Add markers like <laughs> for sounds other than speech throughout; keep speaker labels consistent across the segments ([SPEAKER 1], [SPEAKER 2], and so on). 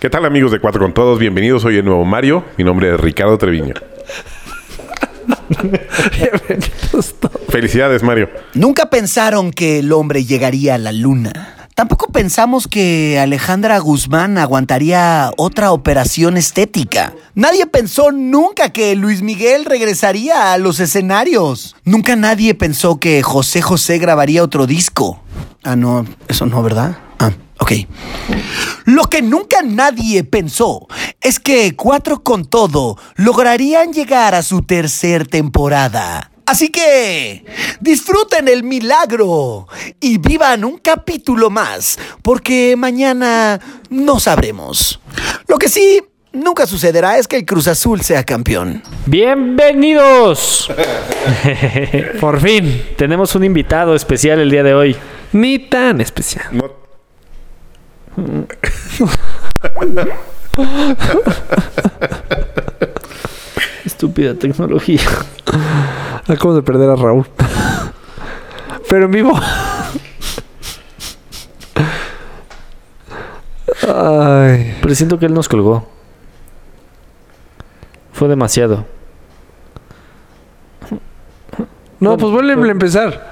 [SPEAKER 1] ¿Qué tal amigos de Cuatro con Todos? Bienvenidos hoy de nuevo Mario. Mi nombre es Ricardo Treviño. Felicidades Mario.
[SPEAKER 2] Nunca pensaron que el hombre llegaría a la luna. Tampoco pensamos que Alejandra Guzmán aguantaría otra operación estética. Nadie pensó nunca que Luis Miguel regresaría a los escenarios. Nunca nadie pensó que José José grabaría otro disco. Ah, no, eso no, ¿verdad? Ah, ok. Lo que nunca nadie pensó es que Cuatro con Todo lograrían llegar a su tercer temporada. Así que disfruten el milagro y vivan un capítulo más, porque mañana no sabremos. Lo que sí nunca sucederá es que el Cruz Azul sea campeón.
[SPEAKER 3] Bienvenidos. <laughs> Por fin, tenemos un invitado especial el día de hoy.
[SPEAKER 4] Ni tan especial.
[SPEAKER 1] No-
[SPEAKER 3] Estúpida tecnología.
[SPEAKER 4] Acabo de perder a Raúl. Pero en vivo. Ay.
[SPEAKER 3] Pero siento que él nos colgó. Fue demasiado.
[SPEAKER 4] No, pues vuelve a empezar.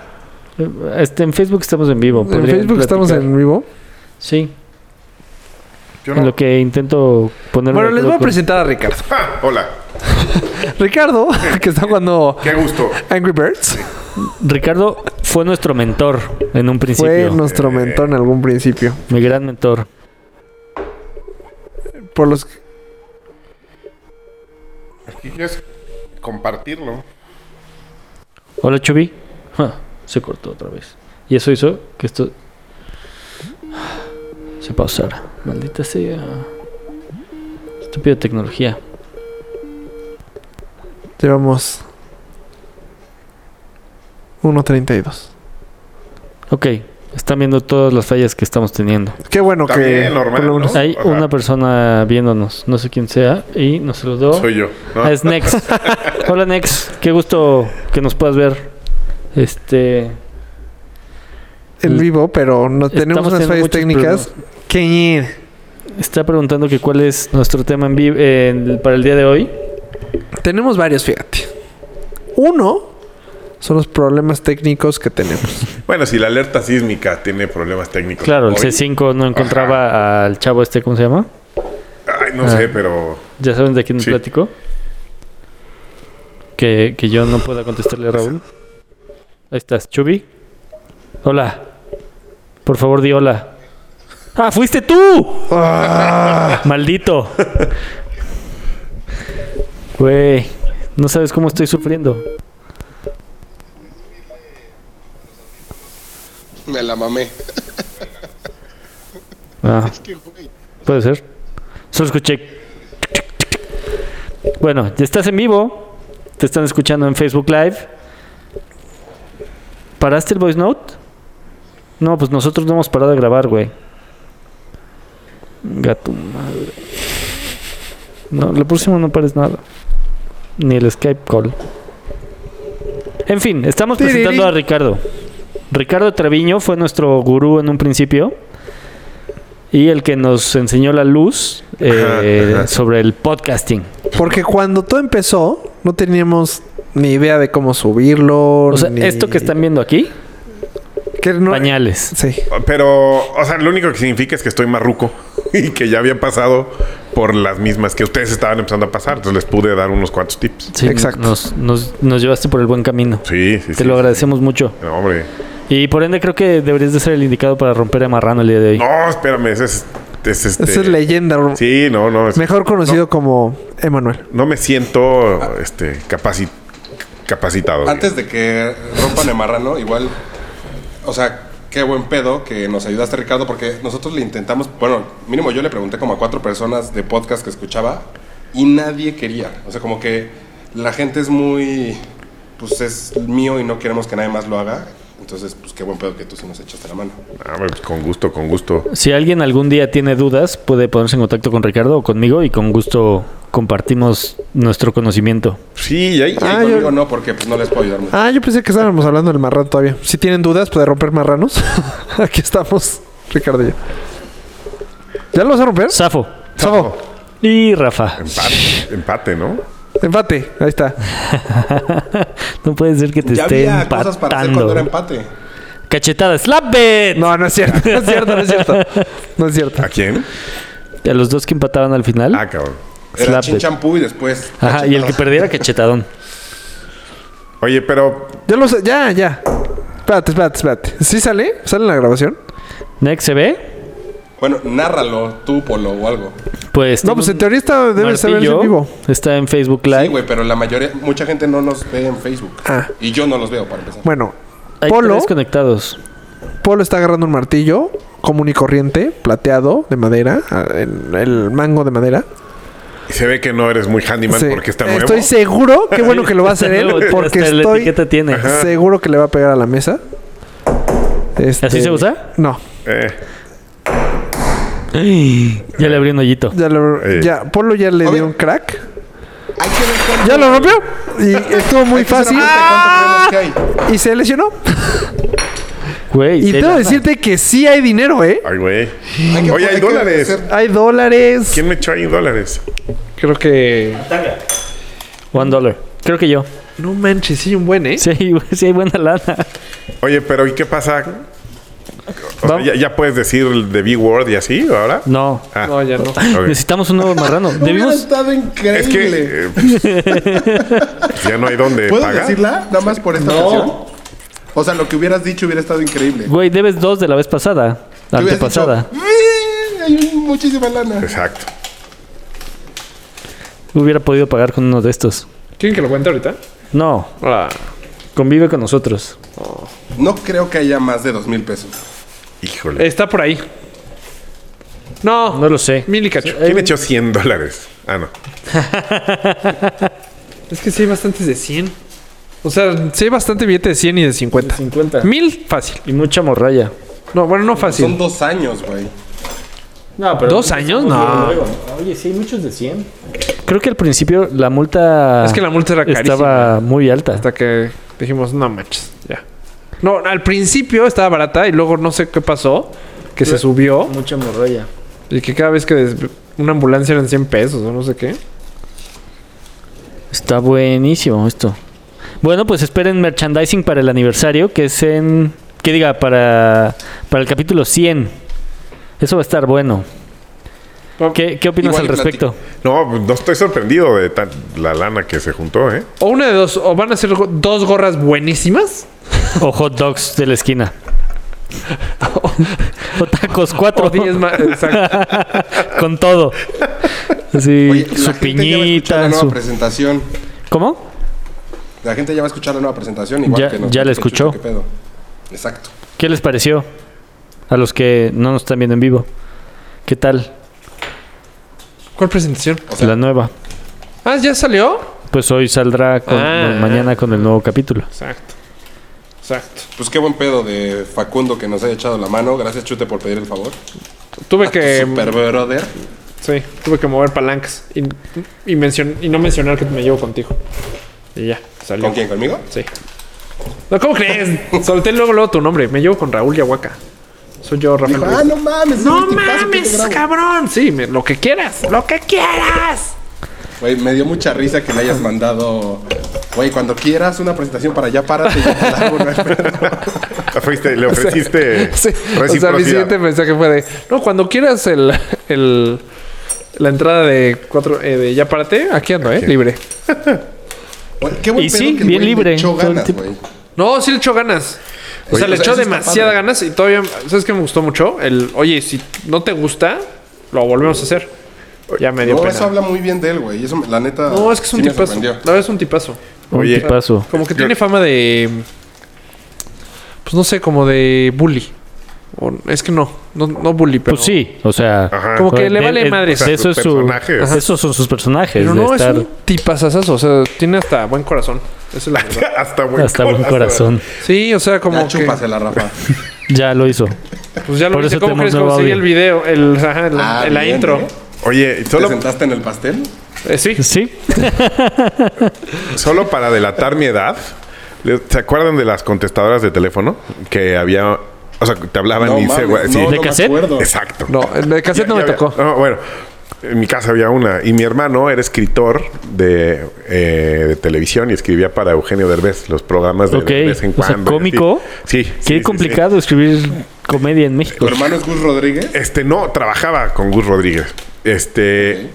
[SPEAKER 3] Este, en Facebook estamos en vivo.
[SPEAKER 4] En
[SPEAKER 3] Podrían
[SPEAKER 4] Facebook estamos
[SPEAKER 3] platicar.
[SPEAKER 4] en vivo.
[SPEAKER 3] Sí,
[SPEAKER 1] Yo no.
[SPEAKER 3] en lo que intento poner...
[SPEAKER 4] Bueno, les voy a presentar a Ricardo.
[SPEAKER 1] Ah, hola,
[SPEAKER 4] Ricardo, <laughs> que está jugando
[SPEAKER 1] qué gusto.
[SPEAKER 4] Angry Birds,
[SPEAKER 3] Ricardo fue nuestro mentor en un principio.
[SPEAKER 4] fue nuestro mentor en algún principio.
[SPEAKER 3] Mi gran mentor.
[SPEAKER 4] Por los
[SPEAKER 1] Aquí es compartirlo.
[SPEAKER 3] Hola, Chubi. Ah, se cortó otra vez. Y eso hizo que esto se pausara. Maldita sea. Estúpida tecnología.
[SPEAKER 4] llevamos 1.32.
[SPEAKER 3] Ok, están viendo todas las fallas que estamos teniendo.
[SPEAKER 4] Qué bueno
[SPEAKER 1] Está
[SPEAKER 4] que
[SPEAKER 1] bien, normal,
[SPEAKER 4] por lo menos-
[SPEAKER 1] ¿no?
[SPEAKER 3] Hay
[SPEAKER 1] Ajá.
[SPEAKER 3] una persona viéndonos, no sé quién sea, y nos saludó.
[SPEAKER 1] Soy yo. ¿no?
[SPEAKER 3] Ah, es <laughs> Nex. Hola, Nex. Qué gusto que nos puedas ver. Este.
[SPEAKER 4] en vivo, pero no tenemos
[SPEAKER 3] Estamos
[SPEAKER 4] unas
[SPEAKER 3] teniendo
[SPEAKER 4] fallas
[SPEAKER 3] muchos
[SPEAKER 4] técnicas. Que
[SPEAKER 3] Está preguntando que cuál es nuestro tema en vivo en- para el día de hoy.
[SPEAKER 4] tenemos varios, fíjate. Uno son los problemas técnicos que tenemos.
[SPEAKER 1] Bueno, si la alerta sísmica tiene problemas técnicos.
[SPEAKER 3] Claro, el
[SPEAKER 1] Hoy-
[SPEAKER 3] C5 no encontraba al chavo este, ¿cómo se llama?
[SPEAKER 1] Ay, no
[SPEAKER 3] Ah.
[SPEAKER 1] sé, pero
[SPEAKER 3] Ya saben de quién
[SPEAKER 1] Sí.
[SPEAKER 3] platico. Que, que yo no pueda contestarle a Raúl. Ahí estás, Chubi. Hola. Por favor, di hola. ¡Ah, fuiste tú! <laughs>
[SPEAKER 5] Ah,
[SPEAKER 3] ¡Maldito! Güey, no sabes cómo estoy sufriendo.
[SPEAKER 5] Me la mamé.
[SPEAKER 3] Ah,
[SPEAKER 5] Qué güey.
[SPEAKER 3] puede ser. Solo escuché. Bueno, ya estás en vivo. Te están escuchando en Facebook Live. ¿Paraste el voice note? No, pues nosotros no hemos parado de grabar, güey. Gato madre. No, la próxima no pares nada. Ni el Skype call. En fin, estamos
[SPEAKER 4] Tiriri.
[SPEAKER 3] presentando a Ricardo. Ricardo Treviño fue nuestro gurú en un principio. Y el que nos enseñó la luz eh,
[SPEAKER 1] Ajá, ajá.
[SPEAKER 3] sobre el podcasting.
[SPEAKER 4] Porque cuando todo empezó, no teníamos ni idea de cómo subirlo.
[SPEAKER 3] O sea,
[SPEAKER 4] ni-
[SPEAKER 3] esto que están viendo aquí,
[SPEAKER 4] que no-
[SPEAKER 5] eh,
[SPEAKER 3] pañales.
[SPEAKER 4] Sí.
[SPEAKER 1] Pero, o sea, lo único que significa es que estoy marruco <laughs> y que ya había pasado por las mismas que ustedes estaban empezando a pasar. Entonces les pude dar unos cuantos tips.
[SPEAKER 3] Sí,
[SPEAKER 4] Exacto.
[SPEAKER 3] Nos, nos- nos llevaste por el buen camino.
[SPEAKER 1] Sí, sí,
[SPEAKER 3] Te lo agradecemos mucho.
[SPEAKER 1] No, hombre.
[SPEAKER 3] Y por ende creo que deberías de ser el indicado para romper a Marrano el día de hoy.
[SPEAKER 1] No, espérame, ese es, ese este-
[SPEAKER 4] Esa es leyenda.
[SPEAKER 1] Sí, no, no. es-
[SPEAKER 4] Mejor conocido como Emanuel.
[SPEAKER 1] No me siento este capaci- capacitado.
[SPEAKER 5] Antes de que rompan el marrano, igual. O sea, qué buen pedo que nos ayudaste, Ricardo, porque nosotros le intentamos. Bueno, mínimo yo le pregunté como a cuatro personas de podcast que escuchaba y nadie quería. O sea, como que la gente es muy. Pues es mío y no queremos que nadie más lo haga. Entonces, pues qué buen pedo que tú sí nos echaste la mano.
[SPEAKER 1] Ah, hombre, pues, con gusto, con gusto.
[SPEAKER 3] Si alguien algún día tiene dudas, puede ponerse en contacto con Ricardo o conmigo y con gusto compartimos nuestro conocimiento.
[SPEAKER 1] Sí, y ahí.
[SPEAKER 5] Y
[SPEAKER 4] Ah,
[SPEAKER 5] conmigo
[SPEAKER 4] yo-
[SPEAKER 5] no, porque pues no les puedo ayudar mucho.
[SPEAKER 4] Ah, yo pensé que estábamos hablando del marrano todavía. Si tienen dudas pues, de romper <laughs> marranos, aquí estamos, Ricardo y yo. ¿Ya lo vas a romper?
[SPEAKER 3] Safo, Sabo. Y Rafa.
[SPEAKER 1] Empate, empate, ¿no?
[SPEAKER 4] Empate, ahí está.
[SPEAKER 3] No puede ser que te
[SPEAKER 5] Ya
[SPEAKER 3] esté
[SPEAKER 5] había cosas para hacer cuando
[SPEAKER 3] empatando.
[SPEAKER 5] era empate.
[SPEAKER 3] Cachetada, slap it.
[SPEAKER 4] No, no es cierto, no es cierto, no es cierto. No
[SPEAKER 1] <laughs>
[SPEAKER 4] es cierto.
[SPEAKER 1] ¿A quién?
[SPEAKER 3] A los dos que empataban al final.
[SPEAKER 1] Ah, cabrón.
[SPEAKER 5] Era
[SPEAKER 3] Slap it.
[SPEAKER 5] chin champú y después.
[SPEAKER 3] Ajá, y el que perdiera cachetadón.
[SPEAKER 1] Oye, pero
[SPEAKER 4] Ya lo sé, ya, ya. Espérate, espérate, espérate. ¿Sí sale? ¿Sale en la grabación?
[SPEAKER 3] Next se ve.
[SPEAKER 5] Bueno, nárralo tú, Polo, o algo.
[SPEAKER 3] Pues.
[SPEAKER 4] No, pues en teoría está, debe
[SPEAKER 3] Martillo
[SPEAKER 4] ser en vivo.
[SPEAKER 3] Está en Facebook Live.
[SPEAKER 5] Sí, güey, pero la mayoría, mucha gente no nos ve en Facebook.
[SPEAKER 4] Ah.
[SPEAKER 5] Y yo no los veo, para empezar.
[SPEAKER 4] Bueno,
[SPEAKER 3] Hay
[SPEAKER 4] Polo,
[SPEAKER 3] tres
[SPEAKER 5] <gasps>
[SPEAKER 3] conectados.
[SPEAKER 4] Polo está agarrando un martillo común y corriente, plateado, de madera, ah, el, el mango de madera.
[SPEAKER 1] se ve que no eres muy handyman
[SPEAKER 4] Sí.
[SPEAKER 1] porque está
[SPEAKER 4] Eh,
[SPEAKER 1] nuevo.
[SPEAKER 4] Estoy seguro, qué bueno que lo va a hacer
[SPEAKER 3] Está nuevo,
[SPEAKER 4] él, porque
[SPEAKER 3] hasta La
[SPEAKER 4] estoy
[SPEAKER 3] etiqueta tiene.
[SPEAKER 4] seguro que le va a pegar a la mesa. Este,
[SPEAKER 3] ¿Así se usa?
[SPEAKER 4] No,
[SPEAKER 1] Eh,
[SPEAKER 3] Ay, Ya le abrí un hoyito.
[SPEAKER 4] ya, lo-
[SPEAKER 1] Eh.
[SPEAKER 4] ya Polo ya le dio
[SPEAKER 5] Obvio.
[SPEAKER 4] un crack.
[SPEAKER 5] Hay que ver cuánto-
[SPEAKER 4] Ya lo rompió y estuvo muy
[SPEAKER 5] hay que hacer
[SPEAKER 4] fácil
[SPEAKER 5] apuesta de cuánto creemos que hay.
[SPEAKER 4] y se lesionó.
[SPEAKER 3] Güey.
[SPEAKER 4] Y
[SPEAKER 3] te
[SPEAKER 4] tengo
[SPEAKER 3] la-
[SPEAKER 4] que decirte que sí hay dinero, ¿eh?
[SPEAKER 1] ay, güey.
[SPEAKER 5] Hay que-
[SPEAKER 1] Oye, hay
[SPEAKER 5] hay que
[SPEAKER 1] dólares.
[SPEAKER 5] hacer-
[SPEAKER 4] Hay dólares.
[SPEAKER 1] ¿Quién me echó ahí dólares?
[SPEAKER 4] Creo que
[SPEAKER 3] One dollar. Creo que yo.
[SPEAKER 4] no manches, sí un buen, ¿eh?
[SPEAKER 3] Sí, <laughs> güey, sí hay buena lana.
[SPEAKER 1] Oye, pero ¿y qué pasa? O sea,
[SPEAKER 3] Vamos.
[SPEAKER 1] ¿ya, ya puedes decir el de Big Word y así ahora?
[SPEAKER 3] No.
[SPEAKER 1] Ah,
[SPEAKER 4] No, ya no.
[SPEAKER 1] ok.
[SPEAKER 3] Necesitamos un nuevo
[SPEAKER 4] <laughs>
[SPEAKER 3] marrano.
[SPEAKER 5] Hubiera
[SPEAKER 3] Debimos.
[SPEAKER 5] estado
[SPEAKER 1] Es que
[SPEAKER 5] increíble.
[SPEAKER 1] eh, pues, ya no hay dónde
[SPEAKER 5] ¿Puedo
[SPEAKER 1] pagar.
[SPEAKER 5] decirla? Nada más por esta versión. O sea, lo que hubieras dicho hubiera estado increíble.
[SPEAKER 3] Güey, debes dos de la vez pasada.
[SPEAKER 5] Te hubieras
[SPEAKER 3] Antepasada.
[SPEAKER 5] dicho, "Bien, Hay muchísima lana.
[SPEAKER 1] Exacto.
[SPEAKER 3] Hubiera podido pagar con uno de estos.
[SPEAKER 4] ¿Quieren que lo cuente ahorita?
[SPEAKER 3] No. Convive con nosotros.
[SPEAKER 5] No creo que haya más de dos mil pesos.
[SPEAKER 1] Híjole.
[SPEAKER 4] Está por ahí. No,
[SPEAKER 3] No lo sé.
[SPEAKER 4] mil y cacho.
[SPEAKER 3] Eh,
[SPEAKER 1] ¿Quién echó 100 dólares? Ah, no.
[SPEAKER 4] Es que sí hay bastantes de 100. O sea, sí hay bastante billete de 100 y de 50.
[SPEAKER 3] 50.
[SPEAKER 4] Mil, fácil.
[SPEAKER 3] Y mucha morralla.
[SPEAKER 4] No, bueno, no
[SPEAKER 5] Son
[SPEAKER 4] fácil.
[SPEAKER 5] dos años, güey.
[SPEAKER 3] No, pero.
[SPEAKER 4] ¿Dos años? No.
[SPEAKER 3] Oye, sí, hay muchos de 100. Ah. Creo que al principio la multa.
[SPEAKER 4] Es que la multa era carísima.
[SPEAKER 3] Estaba muy alta.
[SPEAKER 4] Hasta que dijimos, no manches, ya. No, al principio estaba barata y luego no sé qué pasó, que se subió
[SPEAKER 3] Mucha morralla.
[SPEAKER 4] y que cada vez que des- una ambulancia eran 100 pesos o no sé qué.
[SPEAKER 3] Está buenísimo esto. Bueno, pues esperen merchandising para el aniversario, que es en. Que diga, para, para el capítulo 100. Eso va a estar bueno. ¿Qué, qué opinas
[SPEAKER 5] Igual y
[SPEAKER 3] al respecto?
[SPEAKER 1] No, no estoy sorprendido de tan- la lana que se juntó, ¿eh?
[SPEAKER 4] O una de dos, o van a ser go- dos gorras buenísimas.
[SPEAKER 3] O hot dogs de la
[SPEAKER 5] <laughs>
[SPEAKER 3] esquina. o tacos
[SPEAKER 4] O <laughs>
[SPEAKER 3] cuatro.
[SPEAKER 4] diez más. Exacto.
[SPEAKER 3] con todo. Así,
[SPEAKER 5] Oye, la
[SPEAKER 3] su
[SPEAKER 5] gente ya va a escuchar
[SPEAKER 3] piñita.
[SPEAKER 5] la nueva
[SPEAKER 3] su-
[SPEAKER 5] presentación.
[SPEAKER 3] ¿Cómo?
[SPEAKER 5] La gente ya va a escuchar la nueva presentación, igual
[SPEAKER 3] Ya-
[SPEAKER 5] que no.
[SPEAKER 3] ya la escuchó.
[SPEAKER 5] ¿Qué pedo? Exacto.
[SPEAKER 3] ¿Qué les pareció? A los que no nos están viendo en vivo. ¿Qué tal?
[SPEAKER 4] ¿Cuál presentación?
[SPEAKER 5] O sea,
[SPEAKER 3] la nueva.
[SPEAKER 4] Ah, ya salió.
[SPEAKER 3] Pues hoy saldrá con-
[SPEAKER 4] Ah.
[SPEAKER 3] mañana con el nuevo capítulo.
[SPEAKER 4] Exacto. Exacto.
[SPEAKER 5] Pues qué buen pedo de Facundo que nos haya echado la mano. Gracias, Chute, por pedir el favor. Ah,
[SPEAKER 4] Tuve que. mm,
[SPEAKER 5] Super brother.
[SPEAKER 4] Sí, tuve que mover palancas y, y, mencion- y no mencionar que me llevo contigo. Y ya, salió.
[SPEAKER 5] ¿Con quién? ¿Conmigo?
[SPEAKER 4] Sí. No, ¿cómo crees? <laughs> Solté luego, luego tu nombre. Me llevo con Raúl Yahuaca. Soy yo, Rafael.
[SPEAKER 5] Dijo,
[SPEAKER 4] Ruiz.
[SPEAKER 5] ah, no mames.
[SPEAKER 4] no
[SPEAKER 5] es un tipazo, ¿qué te
[SPEAKER 4] mames,
[SPEAKER 5] grabo?"
[SPEAKER 4] cabrón. Sí, me- lo que quieras. Lo que quieras.
[SPEAKER 5] Güey, me dio mucha risa que le hayas mandado. Güey, cuando quieras una presentación para allá, párate. y yo te la hago, no hay pedo.
[SPEAKER 1] Fuiste-
[SPEAKER 3] <laughs>
[SPEAKER 4] <laughs>
[SPEAKER 1] le ofreciste
[SPEAKER 4] Sí. O sea, mi
[SPEAKER 1] reciprocidad.
[SPEAKER 4] siguiente mensaje fue de... No, cuando quieras el... el la entrada de cuatro eh, de ya párate, aquí ando, eh, libre.
[SPEAKER 5] Güey, qué buen
[SPEAKER 3] Y
[SPEAKER 5] pedo
[SPEAKER 3] sí,
[SPEAKER 5] que
[SPEAKER 3] bien
[SPEAKER 5] el güey le
[SPEAKER 3] libre,
[SPEAKER 5] echó
[SPEAKER 3] todo el
[SPEAKER 5] ganas,
[SPEAKER 3] tiempo.
[SPEAKER 5] güey.
[SPEAKER 4] No, sí le echó ganas. O
[SPEAKER 5] Oye,
[SPEAKER 4] sea, le
[SPEAKER 5] o sea,
[SPEAKER 4] echó
[SPEAKER 5] eso está
[SPEAKER 4] demasiadas
[SPEAKER 5] padre.
[SPEAKER 4] ganas y todavía, ¿sabes qué me gustó mucho? El, oye, si no te gusta, lo volvemos a hacer. Ya me dio
[SPEAKER 5] No,
[SPEAKER 4] pena.
[SPEAKER 5] eso habla muy bien de él, güey. Eso, me- la neta.
[SPEAKER 4] No, es que es un
[SPEAKER 5] sí me
[SPEAKER 4] tipazo. La
[SPEAKER 5] sorprendió.
[SPEAKER 4] verdad es un tipazo.
[SPEAKER 1] Oye.
[SPEAKER 3] Oye, paso.
[SPEAKER 4] Como que tiene fama de. Pues no sé, como de bully. O- es que no, no, no bully, pero.
[SPEAKER 3] Pues sí, o sea.
[SPEAKER 1] Ajá.
[SPEAKER 4] Como que
[SPEAKER 3] eh,
[SPEAKER 4] le vale
[SPEAKER 3] eh,
[SPEAKER 4] madre.
[SPEAKER 3] o sea, eso
[SPEAKER 1] sus
[SPEAKER 3] es su-
[SPEAKER 1] personajes.
[SPEAKER 3] ajá. Esos son sus personajes.
[SPEAKER 4] Pero
[SPEAKER 3] de
[SPEAKER 4] no,
[SPEAKER 3] estar
[SPEAKER 4] es un tipazazazo. O sea, tiene hasta buen corazón. Esa es la <laughs> verdad.
[SPEAKER 1] <laughs> Hasta buen
[SPEAKER 3] hasta buen corazón.
[SPEAKER 4] Sí, o sea, como.
[SPEAKER 5] Ya
[SPEAKER 4] que,
[SPEAKER 5] chúpasela, Rafa.
[SPEAKER 3] Ya lo hizo.
[SPEAKER 4] pues ya lo
[SPEAKER 3] Por
[SPEAKER 4] viste.
[SPEAKER 3] eso
[SPEAKER 4] ¿Cómo
[SPEAKER 3] tenemos
[SPEAKER 4] crees que
[SPEAKER 3] nuevo
[SPEAKER 4] conseguí
[SPEAKER 3] audio.
[SPEAKER 4] el video? El, ajá, el-
[SPEAKER 5] Ah,
[SPEAKER 4] el- la
[SPEAKER 5] bien,
[SPEAKER 4] intro.
[SPEAKER 5] ¿eh?
[SPEAKER 1] Oye,
[SPEAKER 5] ¿Te
[SPEAKER 1] solo,
[SPEAKER 5] sentaste en el pastel?
[SPEAKER 4] Eh, sí.
[SPEAKER 3] Sí.
[SPEAKER 1] solo para delatar mi edad, le- ¿se acuerdan de las contestadoras de teléfono? Que había. O sea, te hablaban
[SPEAKER 5] No,
[SPEAKER 1] y se.
[SPEAKER 5] mames,
[SPEAKER 1] sí.
[SPEAKER 5] no,
[SPEAKER 3] ¿De
[SPEAKER 5] no me
[SPEAKER 3] cassette?
[SPEAKER 5] acuerdo.
[SPEAKER 1] Exacto.
[SPEAKER 4] No, el de
[SPEAKER 1] Ya-
[SPEAKER 4] cassette no
[SPEAKER 1] ya
[SPEAKER 4] me
[SPEAKER 1] había-
[SPEAKER 4] tocó.
[SPEAKER 1] no, bueno, En mi casa había una. Y mi hermano era escritor de, eh, de televisión y escribía para Eugenio Derbez los programas de
[SPEAKER 3] Ok,
[SPEAKER 1] vez en
[SPEAKER 3] o sea,
[SPEAKER 1] cuando.
[SPEAKER 3] cómico.
[SPEAKER 1] Sí. sí,
[SPEAKER 3] Qué
[SPEAKER 1] sí, sí.
[SPEAKER 3] complicado escribir comedia en México.
[SPEAKER 5] ¿Tu hermano es Gus Rodríguez?
[SPEAKER 1] Este, no, trabajaba con Gus Rodríguez. Este.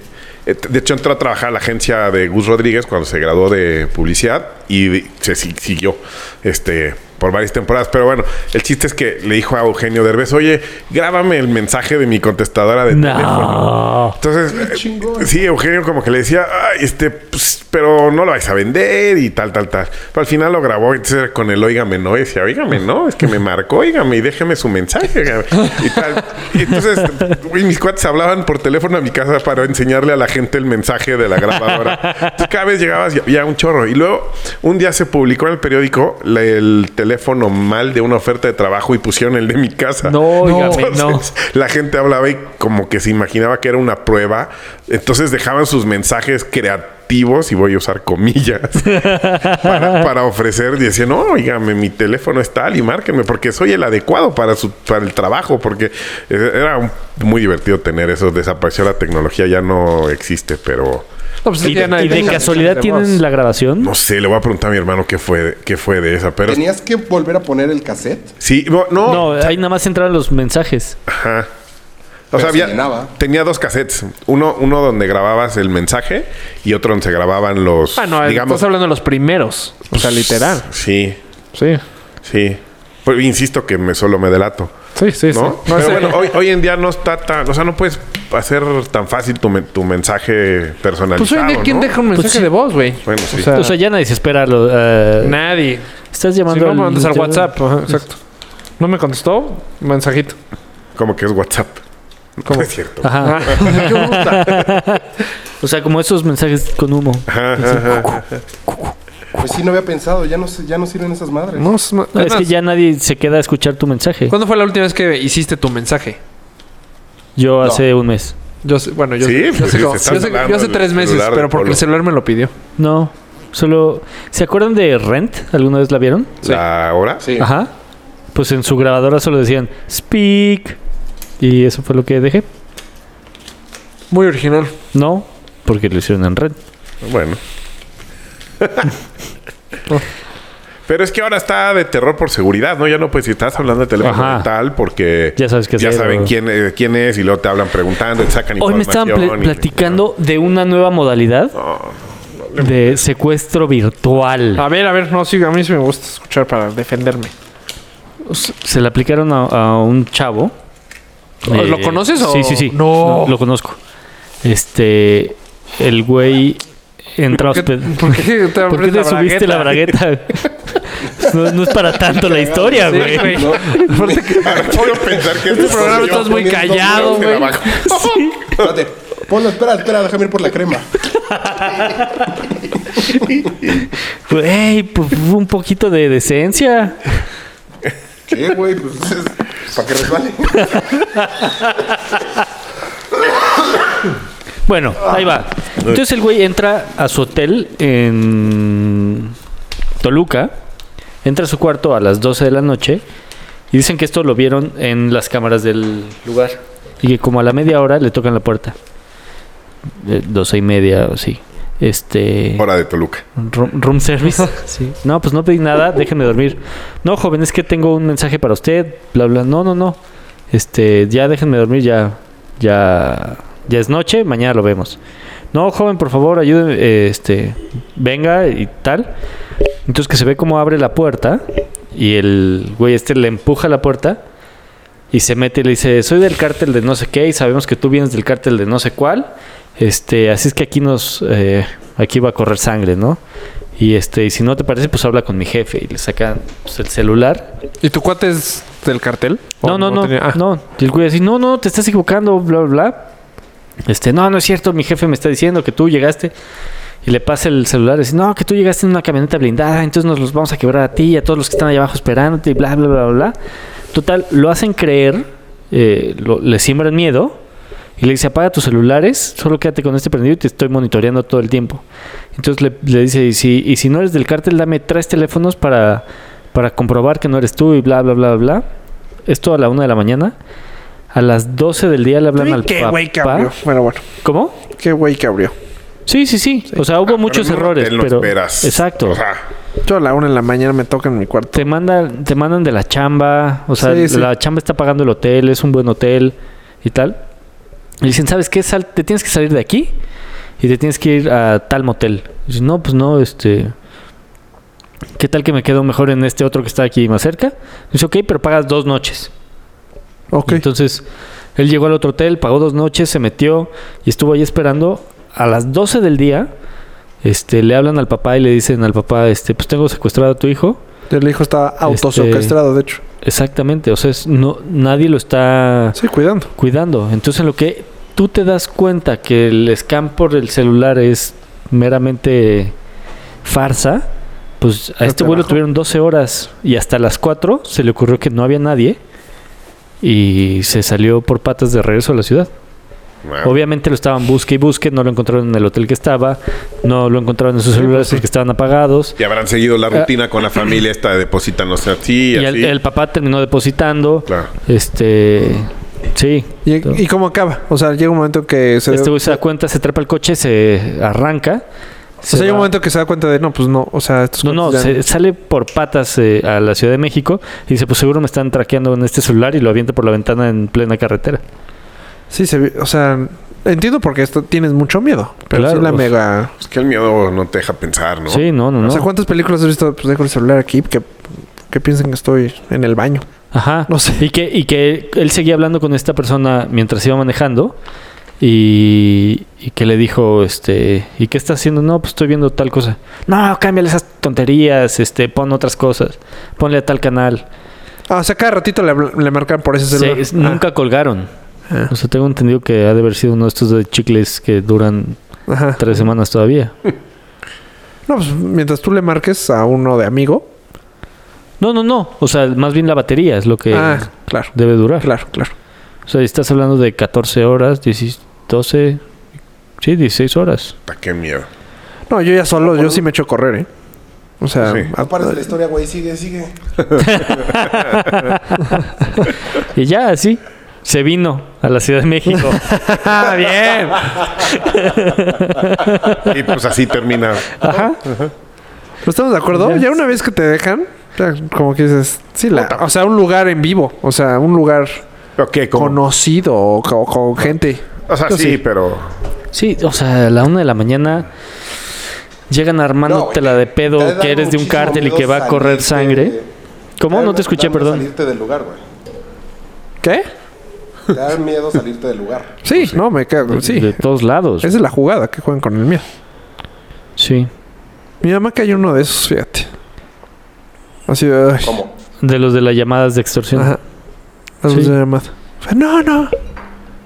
[SPEAKER 1] eh, De hecho, entró a trabajar a la agencia de Gus Rodríguez cuando se graduó de publicidad y de- se si- siguió este, por varias temporadas. Pero bueno, el chiste es que le dijo a Eugenio Derbez, oye, grábame el mensaje de mi contestadora de teléfono.
[SPEAKER 3] No.
[SPEAKER 1] Entonces, eh, sí, Eugenio como que le decía, "Ay, este, pues, pero no lo vais a vender y tal, tal, tal. Pero al final lo grabó entonces era con el óigame, no, y decía, óigame, no, es que me marcó, óigame, y déjeme su mensaje, óigame", y tal. Y entonces, güey, mis cuates hablaban por teléfono a mi casa para enseñarle a la gente el mensaje de la grabadora. Entonces, cada vez llegabas y había un chorro. Y luego, un día se publicó en el periódico la- el teléfono mal de una oferta de trabajo y pusieron el de mi casa.
[SPEAKER 3] No, óigame, no.
[SPEAKER 1] La gente hablaba y como que se imaginaba que era una prueba. Entonces dejaban sus mensajes creativos, y voy a usar comillas, para, para ofrecer. Y decían, no, oígame, mi teléfono es tal y márquenme porque soy el adecuado para, su, para el trabajo. Porque eh, era un- muy divertido tener eso. Desapareció la tecnología, ya no existe, pero...
[SPEAKER 4] No, pues es
[SPEAKER 3] ¿Y
[SPEAKER 4] que ya
[SPEAKER 3] de,
[SPEAKER 4] nadie
[SPEAKER 3] y de
[SPEAKER 4] tiene
[SPEAKER 3] casualidad
[SPEAKER 4] mensaje de voz.
[SPEAKER 3] tienen la grabación?
[SPEAKER 1] No sé, le voy a preguntar a mi hermano qué fue, qué fue de esa, pero...
[SPEAKER 5] ¿Tenías que volver a poner el cassette?
[SPEAKER 1] Sí, no, no,
[SPEAKER 3] No, ahí nada más entran los mensajes.
[SPEAKER 1] Ajá. O sea,
[SPEAKER 5] Pero se
[SPEAKER 1] había-
[SPEAKER 5] llenaba.
[SPEAKER 1] tenía dos cassettes. Uno, uno donde grababas el mensaje y otro donde se grababan los.
[SPEAKER 4] Ah, no,
[SPEAKER 1] digamos,
[SPEAKER 4] estás hablando de los primeros. O sea, literal.
[SPEAKER 1] Sí,
[SPEAKER 4] Pues, Sí.
[SPEAKER 1] sí. Pues, insisto que me solo me delato.
[SPEAKER 4] Sí, sí, sí.
[SPEAKER 1] ¿No?
[SPEAKER 4] No,
[SPEAKER 1] Pero
[SPEAKER 4] sí.
[SPEAKER 1] bueno, hoy, hoy en día no está tan. O sea, no puedes hacer tan fácil tu, men- tu mensaje personalizado.
[SPEAKER 4] pues hoy en día, ¿quién
[SPEAKER 1] ¿no?
[SPEAKER 4] deja un mensaje
[SPEAKER 3] sí.
[SPEAKER 4] de voz, güey?
[SPEAKER 1] Bueno, sí.
[SPEAKER 4] O sea,
[SPEAKER 3] O sea, ya nadie se espera. lo- eh,
[SPEAKER 4] nadie.
[SPEAKER 3] Estás
[SPEAKER 4] Si
[SPEAKER 3] llamando
[SPEAKER 4] no, mandas al
[SPEAKER 3] ya-
[SPEAKER 4] WhatsApp. Ajá, exacto. No me contestó, mensajito.
[SPEAKER 1] Como que es WhatsApp. No <laughs>
[SPEAKER 4] ¿Cómo? Ah,
[SPEAKER 1] es cierto.
[SPEAKER 3] Ajá.
[SPEAKER 4] ¿Qué gusta?
[SPEAKER 3] O sea, como esos mensajes con humo.
[SPEAKER 1] Ajá, ajá, ajá.
[SPEAKER 5] Pues sí, no había pensado. Ya no, se- ya no sirven esas
[SPEAKER 1] <laughs>
[SPEAKER 5] madres.
[SPEAKER 4] No, es ma-
[SPEAKER 3] <laughs> No, es que
[SPEAKER 4] Además,
[SPEAKER 3] ya nadie se queda a escuchar tu mensaje.
[SPEAKER 4] ¿Cuándo fue la última vez que hiciste tu mensaje?
[SPEAKER 3] Yo hace un mes.
[SPEAKER 4] Yo sé- bueno, yo,
[SPEAKER 1] Sí,
[SPEAKER 4] yo
[SPEAKER 1] pues
[SPEAKER 4] sé
[SPEAKER 1] sí,
[SPEAKER 4] cómo-
[SPEAKER 1] se
[SPEAKER 4] yo
[SPEAKER 1] están
[SPEAKER 4] sé- yo
[SPEAKER 1] hablando
[SPEAKER 4] hace
[SPEAKER 1] el
[SPEAKER 4] tres meses,
[SPEAKER 1] celular
[SPEAKER 4] pero
[SPEAKER 1] de
[SPEAKER 4] porque
[SPEAKER 1] Polo.
[SPEAKER 4] el celular me lo pidió.
[SPEAKER 3] No, solo... ¿Se acuerdan de Rent? ¿Alguna vez la vieron?
[SPEAKER 1] ¿La hora?
[SPEAKER 5] Sí.
[SPEAKER 3] Ajá. Pues en su grabadora solo decían Speak. Y eso fue lo que dejé.
[SPEAKER 4] Muy original.
[SPEAKER 3] No, porque lo hicieron en Rent.
[SPEAKER 1] Bueno. Pero es que ahora está de terror por seguridad, ¿no? Ya no, pues si estás hablando de teléfono
[SPEAKER 3] Ajá.
[SPEAKER 1] tal, porque
[SPEAKER 3] Ya sabes qué hacer,
[SPEAKER 1] saben
[SPEAKER 3] o-
[SPEAKER 1] quién, eh, quién es y luego te hablan preguntando, te sacan
[SPEAKER 3] Hoy me estaban pl-
[SPEAKER 1] información. y-
[SPEAKER 3] platicando de una nueva modalidad de secuestro virtual.
[SPEAKER 4] A ver, a ver, no, sí, a mí sí me gusta escuchar para defenderme.
[SPEAKER 3] Se le aplicaron a, a un chavo. Eh,
[SPEAKER 4] ¿Lo conoces o-
[SPEAKER 3] Sí, sí, sí.
[SPEAKER 4] No.
[SPEAKER 3] Lo conozco. Este. El güey entra a
[SPEAKER 4] ¿Qué-
[SPEAKER 3] hosped-
[SPEAKER 4] ¿Por
[SPEAKER 3] <laughs>
[SPEAKER 4] qué te,
[SPEAKER 3] pues, ¿Por qué
[SPEAKER 4] abres
[SPEAKER 3] te subiste la bragueta?
[SPEAKER 4] <laughs>
[SPEAKER 3] no, no es para tanto la historia,
[SPEAKER 4] Sí,
[SPEAKER 3] güey.
[SPEAKER 4] güey.
[SPEAKER 3] Aparte que-
[SPEAKER 1] Ahora quiero pensar que
[SPEAKER 4] Este programa estás muy
[SPEAKER 5] poniendo
[SPEAKER 4] callado,
[SPEAKER 5] nombres
[SPEAKER 4] güey.
[SPEAKER 5] en la
[SPEAKER 3] <laughs>
[SPEAKER 5] baja. <laughs> Espérate. Ponlo, espera, espera, déjame ir por la
[SPEAKER 1] <laughs>
[SPEAKER 5] crema.
[SPEAKER 3] Güey, pues, un poquito de decencia.
[SPEAKER 5] ¿Qué, güey? Pues es para que resbale.
[SPEAKER 1] <laughs>
[SPEAKER 3] Bueno, ahí va. Entonces el güey entra a su hotel en Toluca. Entra a su cuarto a las 12 de la noche. Y dicen que esto lo vieron en las cámaras del lugar. Y que como a la media hora le tocan la puerta. Eh, 12 y media o así. Este.
[SPEAKER 1] Hora de Toluca.
[SPEAKER 3] Room, room service.
[SPEAKER 4] <laughs>
[SPEAKER 3] Sí. No, pues no pedí nada, déjenme dormir. No, joven, es que tengo un mensaje para usted, bla, bla. No, no, no. Este, ya déjenme dormir, ya. Ya. Ya es noche, mañana lo vemos. No, joven, por favor, ayúdeme. eh, este, venga y tal. Entonces que se ve cómo abre la puerta y el güey este le empuja la puerta y se mete y le dice, soy del cártel de no sé qué y sabemos que tú vienes del cártel de no sé cuál. Este, así es que aquí nos, eh, aquí va a correr sangre, ¿no? Y este, y si no te parece, pues habla con mi jefe y le sacan pues, el celular.
[SPEAKER 4] ¿Y tu cuate es del cartel? ¿O
[SPEAKER 3] No, no, no,
[SPEAKER 4] tenía- ah,
[SPEAKER 3] no. Y el güey así, no, no, te estás equivocando, bla, bla, bla. Este, no, no es cierto, mi jefe me está diciendo que tú llegaste. Y le pasa el celular y dice, no, que tú llegaste en una camioneta blindada, entonces nos los vamos a quebrar a ti y a todos los que están allá abajo esperándote y bla, bla, bla, bla. bla". Total, lo hacen creer, eh, lo- le siembran miedo y le dice, apaga tus celulares, solo quédate con este prendido y te estoy monitoreando todo el tiempo. Entonces le, le dice, y si, y si no eres del cártel, dame tres teléfonos para, para comprobar que no eres tú y bla, bla, bla, bla. Esto a la una de la mañana. A las 12 del día le hablan al
[SPEAKER 4] Qué güey que
[SPEAKER 3] papá.
[SPEAKER 4] abrió. Bueno, bueno.
[SPEAKER 3] ¿Cómo?
[SPEAKER 4] Qué güey que abrió.
[SPEAKER 3] Sí, sí, sí. O sea, hubo muchos
[SPEAKER 1] Ah, Pero en un
[SPEAKER 3] errores,
[SPEAKER 1] hotel no
[SPEAKER 3] pero
[SPEAKER 1] esperas.
[SPEAKER 3] exacto.
[SPEAKER 1] O sea,
[SPEAKER 4] Yo a la una en la mañana me toca en mi cuarto.
[SPEAKER 3] te mandan te mandan de la chamba, o sea,
[SPEAKER 4] Sí, sí.
[SPEAKER 3] la chamba está pagando el hotel, es un buen hotel y tal. Y dicen, "¿Sabes qué? Sal- te tienes que salir de aquí y te tienes que ir a tal motel." Y dices, "No, pues no, este ¿Qué tal que me quedo mejor en este otro que está aquí más cerca?" Dice, ok, pero pagas dos noches."
[SPEAKER 4] Ok.
[SPEAKER 3] Entonces, él llegó al otro hotel, pagó dos noches, se metió y estuvo ahí esperando. A las 12 del día, este, le hablan al papá y le dicen al papá, este, pues tengo secuestrado a tu hijo.
[SPEAKER 4] El hijo está autosecuestrado, de hecho.
[SPEAKER 3] Exactamente, o sea, es- no, nadie lo está
[SPEAKER 4] Sí, cuidando.
[SPEAKER 3] cuidando. Entonces, en lo que tú te das cuenta que el scan por el celular es meramente farsa, pues a
[SPEAKER 4] No
[SPEAKER 3] este
[SPEAKER 4] te
[SPEAKER 3] vuelo
[SPEAKER 4] bajó.
[SPEAKER 3] tuvieron 12 horas y hasta las 4 se le ocurrió que no había nadie y se salió por patas de regreso a la ciudad.
[SPEAKER 1] no.
[SPEAKER 3] Obviamente lo estaban busque y busque, no lo encontraron en el hotel que estaba, no lo encontraron en sus celulares
[SPEAKER 1] pues,
[SPEAKER 3] porque estaban apagados.
[SPEAKER 1] Y habrán seguido la rutina con la familia esta, depositan, o sea, sí,
[SPEAKER 3] Ah. Y
[SPEAKER 1] así.
[SPEAKER 3] el, el papá terminó depositando.
[SPEAKER 1] Claro.
[SPEAKER 3] Este. Sí.
[SPEAKER 4] ¿Y, y cómo acaba? O sea, llega un momento que se...
[SPEAKER 3] Este güey se da cuenta, se trepa el coche, se arranca.
[SPEAKER 4] o
[SPEAKER 3] se
[SPEAKER 4] sea, hay un
[SPEAKER 3] va-
[SPEAKER 4] momento que se da cuenta de, no, pues no, o sea, estos
[SPEAKER 3] No, no,
[SPEAKER 4] cuates ya-
[SPEAKER 3] se sale por patas eh, a la Ciudad de México y dice, pues seguro me están traqueando en este celular y lo avienta por la ventana en plena carretera.
[SPEAKER 4] Sí, se vi- o sea, entiendo porque esto tienes mucho miedo, pero
[SPEAKER 3] Claro,
[SPEAKER 4] sí la
[SPEAKER 3] pues.
[SPEAKER 4] mega...
[SPEAKER 1] Es que el miedo no te deja pensar, ¿no?
[SPEAKER 3] Sí, no, no, no.
[SPEAKER 4] O sea, ¿cuántas películas has visto? Pues dejo el celular aquí, que, que piensen que estoy en el baño.
[SPEAKER 3] Ajá.
[SPEAKER 4] No sé.
[SPEAKER 3] Y que, y que él seguía hablando con esta persona mientras iba manejando y, y que le dijo, este, ¿y qué estás haciendo? No, pues estoy viendo tal cosa. No, cámbiale esas tonterías, este, pon otras cosas, ponle a tal canal.
[SPEAKER 4] Ah, o sea, cada ratito le, habl- le marcan por ese
[SPEAKER 3] Se-
[SPEAKER 4] celular.
[SPEAKER 3] es- nunca colgaron.
[SPEAKER 4] Ah.
[SPEAKER 3] O sea, tengo entendido que ha de haber sido uno de estos de chicles que duran
[SPEAKER 4] Ah, ajá.
[SPEAKER 3] tres semanas todavía.
[SPEAKER 4] No, pues mientras tú le marques a uno de amigo.
[SPEAKER 3] No, no, no. O sea, más bien la batería es lo que
[SPEAKER 4] Ah, claro,
[SPEAKER 3] debe durar.
[SPEAKER 4] claro, claro.
[SPEAKER 3] O sea, estás hablando de 14 horas, 16, 12, sí, 16 horas.
[SPEAKER 1] Puta, Qué miedo.
[SPEAKER 4] No, yo ya solo, yo sí me echo a correr, ¿eh? O sea,
[SPEAKER 1] Sí.
[SPEAKER 4] a-
[SPEAKER 5] No pares
[SPEAKER 1] pues.
[SPEAKER 5] de la historia, güey. Sigue, sigue.
[SPEAKER 3] Y ya, así, se vino a la Ciudad de México.
[SPEAKER 4] <laughs> ¡Ah, bien!
[SPEAKER 1] Y pues así
[SPEAKER 3] <laughs>
[SPEAKER 1] termina.
[SPEAKER 3] Ajá.
[SPEAKER 4] ¿No estamos de acuerdo? Ya una vez que te dejan, ya como que dices, sí, la, o sea, un lugar en vivo, o sea, un lugar
[SPEAKER 1] Ok, como...
[SPEAKER 4] conocido o co- con, gente.
[SPEAKER 1] O sea,
[SPEAKER 4] Yo
[SPEAKER 1] sí, pero...
[SPEAKER 3] <laughs> Sí, o sea, a la una de la mañana llegan
[SPEAKER 5] No,
[SPEAKER 3] armándotela de
[SPEAKER 5] güey. Te ha
[SPEAKER 3] pedo
[SPEAKER 5] de
[SPEAKER 3] que
[SPEAKER 5] dar
[SPEAKER 3] eres de un
[SPEAKER 5] muchísimo
[SPEAKER 3] cártel y que
[SPEAKER 5] miedo
[SPEAKER 3] va a correr
[SPEAKER 5] salirte-
[SPEAKER 3] sangre. ¿Cómo?
[SPEAKER 5] Te ha de
[SPEAKER 3] No te escuché,
[SPEAKER 5] dar miedo
[SPEAKER 3] perdón.
[SPEAKER 5] Salirte del lugar, güey.
[SPEAKER 4] ¿Qué?
[SPEAKER 5] Te da miedo salirte del lugar.
[SPEAKER 4] Sí, no, me cago,
[SPEAKER 3] De
[SPEAKER 4] sí.
[SPEAKER 3] todos lados.
[SPEAKER 4] Esa es la jugada que juegan con el miedo.
[SPEAKER 3] Sí.
[SPEAKER 4] Mi mamá cayó en uno de esos, fíjate. Así de... ay,
[SPEAKER 5] ¿Cómo?
[SPEAKER 3] De los de las llamadas de extorsión.
[SPEAKER 4] Ajá. Haz
[SPEAKER 3] Sí.
[SPEAKER 4] una llamada. Fue, No, no.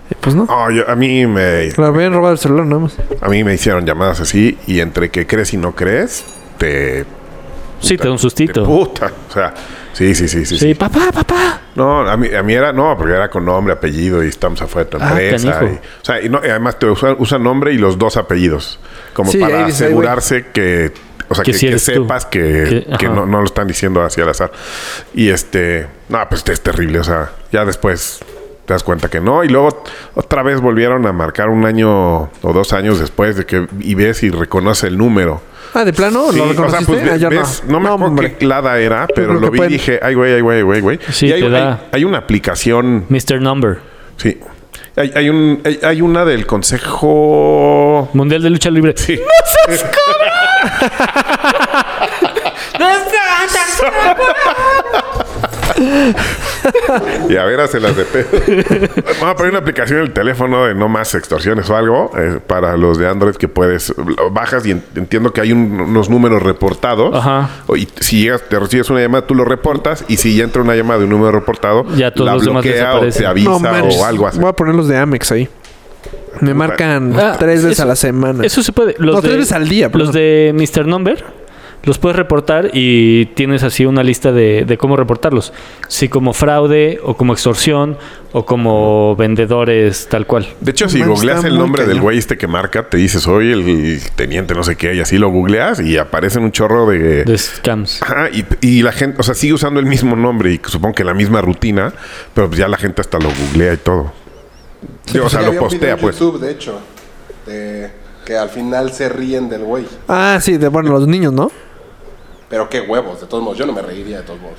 [SPEAKER 4] Y pues no.
[SPEAKER 1] No, yo- a, mí me,
[SPEAKER 4] La habían robado el celular nada más.
[SPEAKER 1] a mí me hicieron llamadas así y entre que crees y no crees, te...
[SPEAKER 3] Sí, te da un
[SPEAKER 1] te
[SPEAKER 3] sustito.
[SPEAKER 1] puta. O sea, sí, sí, sí, sí.
[SPEAKER 3] Sí,
[SPEAKER 1] sí.
[SPEAKER 3] papá, papá.
[SPEAKER 1] No, a mí, a mí era... No, porque era con nombre, apellido y estamos afuera de tu
[SPEAKER 3] Ah,
[SPEAKER 1] empresa.
[SPEAKER 3] canijo.
[SPEAKER 1] y- o sea, y, no, y además te usan usa nombre y los dos apellidos. Como
[SPEAKER 4] Sí, ahí
[SPEAKER 1] para
[SPEAKER 4] dices, "Ay, güey".
[SPEAKER 1] asegurarse que... O sea,
[SPEAKER 3] Que
[SPEAKER 1] que,
[SPEAKER 3] sí
[SPEAKER 1] que
[SPEAKER 3] eres tú.
[SPEAKER 1] sepas que,
[SPEAKER 3] Que-
[SPEAKER 1] que
[SPEAKER 3] ajá.
[SPEAKER 1] no, no lo están diciendo así al azar. Y este... No, pues es terrible. O sea, ya después te das cuenta que no. Y luego otra vez volvieron a marcar un año o dos años después de que... Y ves y reconoce el número.
[SPEAKER 4] Ah, de plano,
[SPEAKER 1] Sí,
[SPEAKER 4] lo
[SPEAKER 1] o sea,
[SPEAKER 4] reconociste.
[SPEAKER 1] pues,
[SPEAKER 4] Ah, yo
[SPEAKER 1] ves, no. me acuerdo
[SPEAKER 4] hombre.
[SPEAKER 1] qué clada era, pero lo
[SPEAKER 4] creo que
[SPEAKER 1] vi y
[SPEAKER 4] pueden-
[SPEAKER 1] dije, ay, güey, ay, güey, güey, güey.
[SPEAKER 3] Sí,
[SPEAKER 1] Y hay,
[SPEAKER 3] te da-
[SPEAKER 1] hay- hay una aplicación,
[SPEAKER 3] Mr. Number.
[SPEAKER 1] sí. Hay, hay un, hay, hay una del Consejo...
[SPEAKER 3] Mundial de Lucha Libre.
[SPEAKER 1] Sí. Y a ver, se las de pedo. Vamos a poner una aplicación en el teléfono de no más extorsiones o algo eh, para los de Android que puedes lo bajas y en- entiendo que hay un- unos números reportados.
[SPEAKER 3] Ajá.
[SPEAKER 1] O- Y si llegas, te recibes una llamada, tú lo reportas y si ya entra una llamada de un número reportado,
[SPEAKER 3] Ya todos
[SPEAKER 1] la
[SPEAKER 3] los demás
[SPEAKER 1] bloquea o
[SPEAKER 3] desaparecen.
[SPEAKER 1] te avisa
[SPEAKER 4] No manches.
[SPEAKER 1] o algo así.
[SPEAKER 4] Voy a poner los de Amex ahí. Me marcan
[SPEAKER 3] Ah,
[SPEAKER 4] tres veces
[SPEAKER 3] eso-
[SPEAKER 4] a la semana.
[SPEAKER 3] Eso se puede. Los
[SPEAKER 4] No,
[SPEAKER 3] de,
[SPEAKER 4] tres veces al día,
[SPEAKER 3] Los
[SPEAKER 4] perdón.
[SPEAKER 3] de Mr. Number los puedes reportar y tienes así una lista de, de cómo reportarlos. Si como fraude o como extorsión o como vendedores tal cual.
[SPEAKER 1] De hecho, si
[SPEAKER 4] Mames,
[SPEAKER 1] googleas
[SPEAKER 4] está
[SPEAKER 1] el
[SPEAKER 4] muy
[SPEAKER 1] nombre del
[SPEAKER 4] cañón.
[SPEAKER 1] güey este que marca, te dices, oye, el teniente no sé qué, y así lo googleas y aparecen un chorro de...
[SPEAKER 3] De scams.
[SPEAKER 1] Ajá, y, y la gente, o sea, sigue usando el mismo nombre y supongo que la misma rutina, pero pues ya la gente hasta lo googlea y todo. <laughs> Yo, o sea, lo postea, pues.
[SPEAKER 5] YouTube, de hecho, de- que al final se ríen del güey.
[SPEAKER 4] Ah, sí, de, bueno, los niños, ¿no?
[SPEAKER 5] Pero qué huevos, de todos modos. Yo no me reiría de todos modos.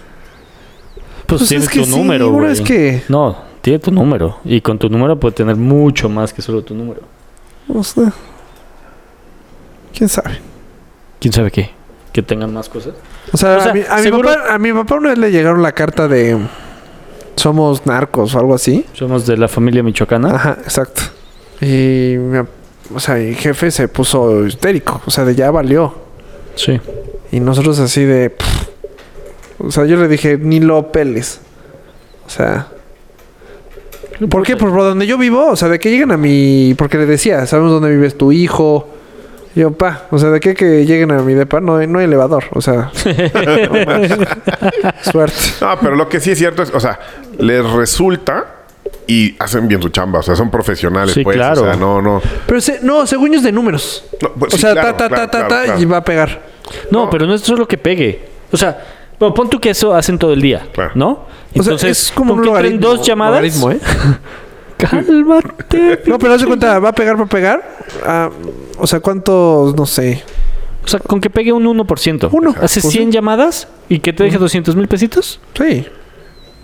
[SPEAKER 3] Pues,
[SPEAKER 4] Pues
[SPEAKER 3] tiene
[SPEAKER 4] es que
[SPEAKER 3] tu
[SPEAKER 4] sí,
[SPEAKER 3] número,
[SPEAKER 4] bueno,
[SPEAKER 3] güey.
[SPEAKER 4] es que-
[SPEAKER 3] No, tiene tu número. Y con tu número puede tener mucho más que solo tu número.
[SPEAKER 4] O sea, ¿Quién sabe?
[SPEAKER 3] ¿Quién sabe qué? Que tengan más cosas.
[SPEAKER 4] O sea,
[SPEAKER 3] O sea,
[SPEAKER 4] a, mi, a mi
[SPEAKER 3] seguro-
[SPEAKER 4] papá, a mi papá una vez le llegaron la carta de somos narcos o algo así.
[SPEAKER 3] Somos de la familia michoacana.
[SPEAKER 4] Ajá, exacto. Y mi, ap- o sea, mi jefe se puso histérico, o sea, de ya valió.
[SPEAKER 3] Sí.
[SPEAKER 4] Y nosotros así de... pff. O sea, yo le dije, ni lo peles. O sea... ¿Por qué? Pues por donde yo vivo, o sea, de que lleguen a mi... Porque le decía, sabemos dónde vives tu hijo. Y yo, pa, o sea, de qué que lleguen a mi depa, no hay, no hay elevador,
[SPEAKER 3] <laughs>
[SPEAKER 4] o sea... no más. Suerte.
[SPEAKER 1] pues. <laughs> No, pero lo que sí es cierto es, o sea, les resulta y hacen bien su chamba, o sea, son profesionales,
[SPEAKER 3] Sí,
[SPEAKER 1] pues.
[SPEAKER 3] claro.
[SPEAKER 1] O sea, no, no.
[SPEAKER 4] Pero se- no, según yo es de números.
[SPEAKER 1] No, pues
[SPEAKER 4] o
[SPEAKER 1] sí,
[SPEAKER 4] sea,
[SPEAKER 1] claro,
[SPEAKER 4] ta, ta,
[SPEAKER 1] claro,
[SPEAKER 4] ta, ta,
[SPEAKER 1] claro,
[SPEAKER 4] ta,
[SPEAKER 1] claro.
[SPEAKER 4] y va a pegar.
[SPEAKER 3] No, pero no es solo que pegue. O sea, bueno, pon tú que eso hacen todo el día,
[SPEAKER 1] Claro.
[SPEAKER 3] ¿no?
[SPEAKER 4] O sea,
[SPEAKER 3] Entonces,
[SPEAKER 4] es como
[SPEAKER 3] pon
[SPEAKER 4] un
[SPEAKER 3] que entren
[SPEAKER 4] logaritmo.
[SPEAKER 3] dos llamadas.
[SPEAKER 4] logaritmo, ¿eh?
[SPEAKER 3] Cálmate.
[SPEAKER 4] No, pero haz de cuenta, va a pegar, va a pegar. Ah, o sea, ¿cuántos? No sé.
[SPEAKER 3] O sea, con que pegue un 1%.
[SPEAKER 4] Uno.
[SPEAKER 3] Haces
[SPEAKER 4] Pues
[SPEAKER 3] 100 llamadas y que te deje 200 mil pesitos.
[SPEAKER 4] Sí.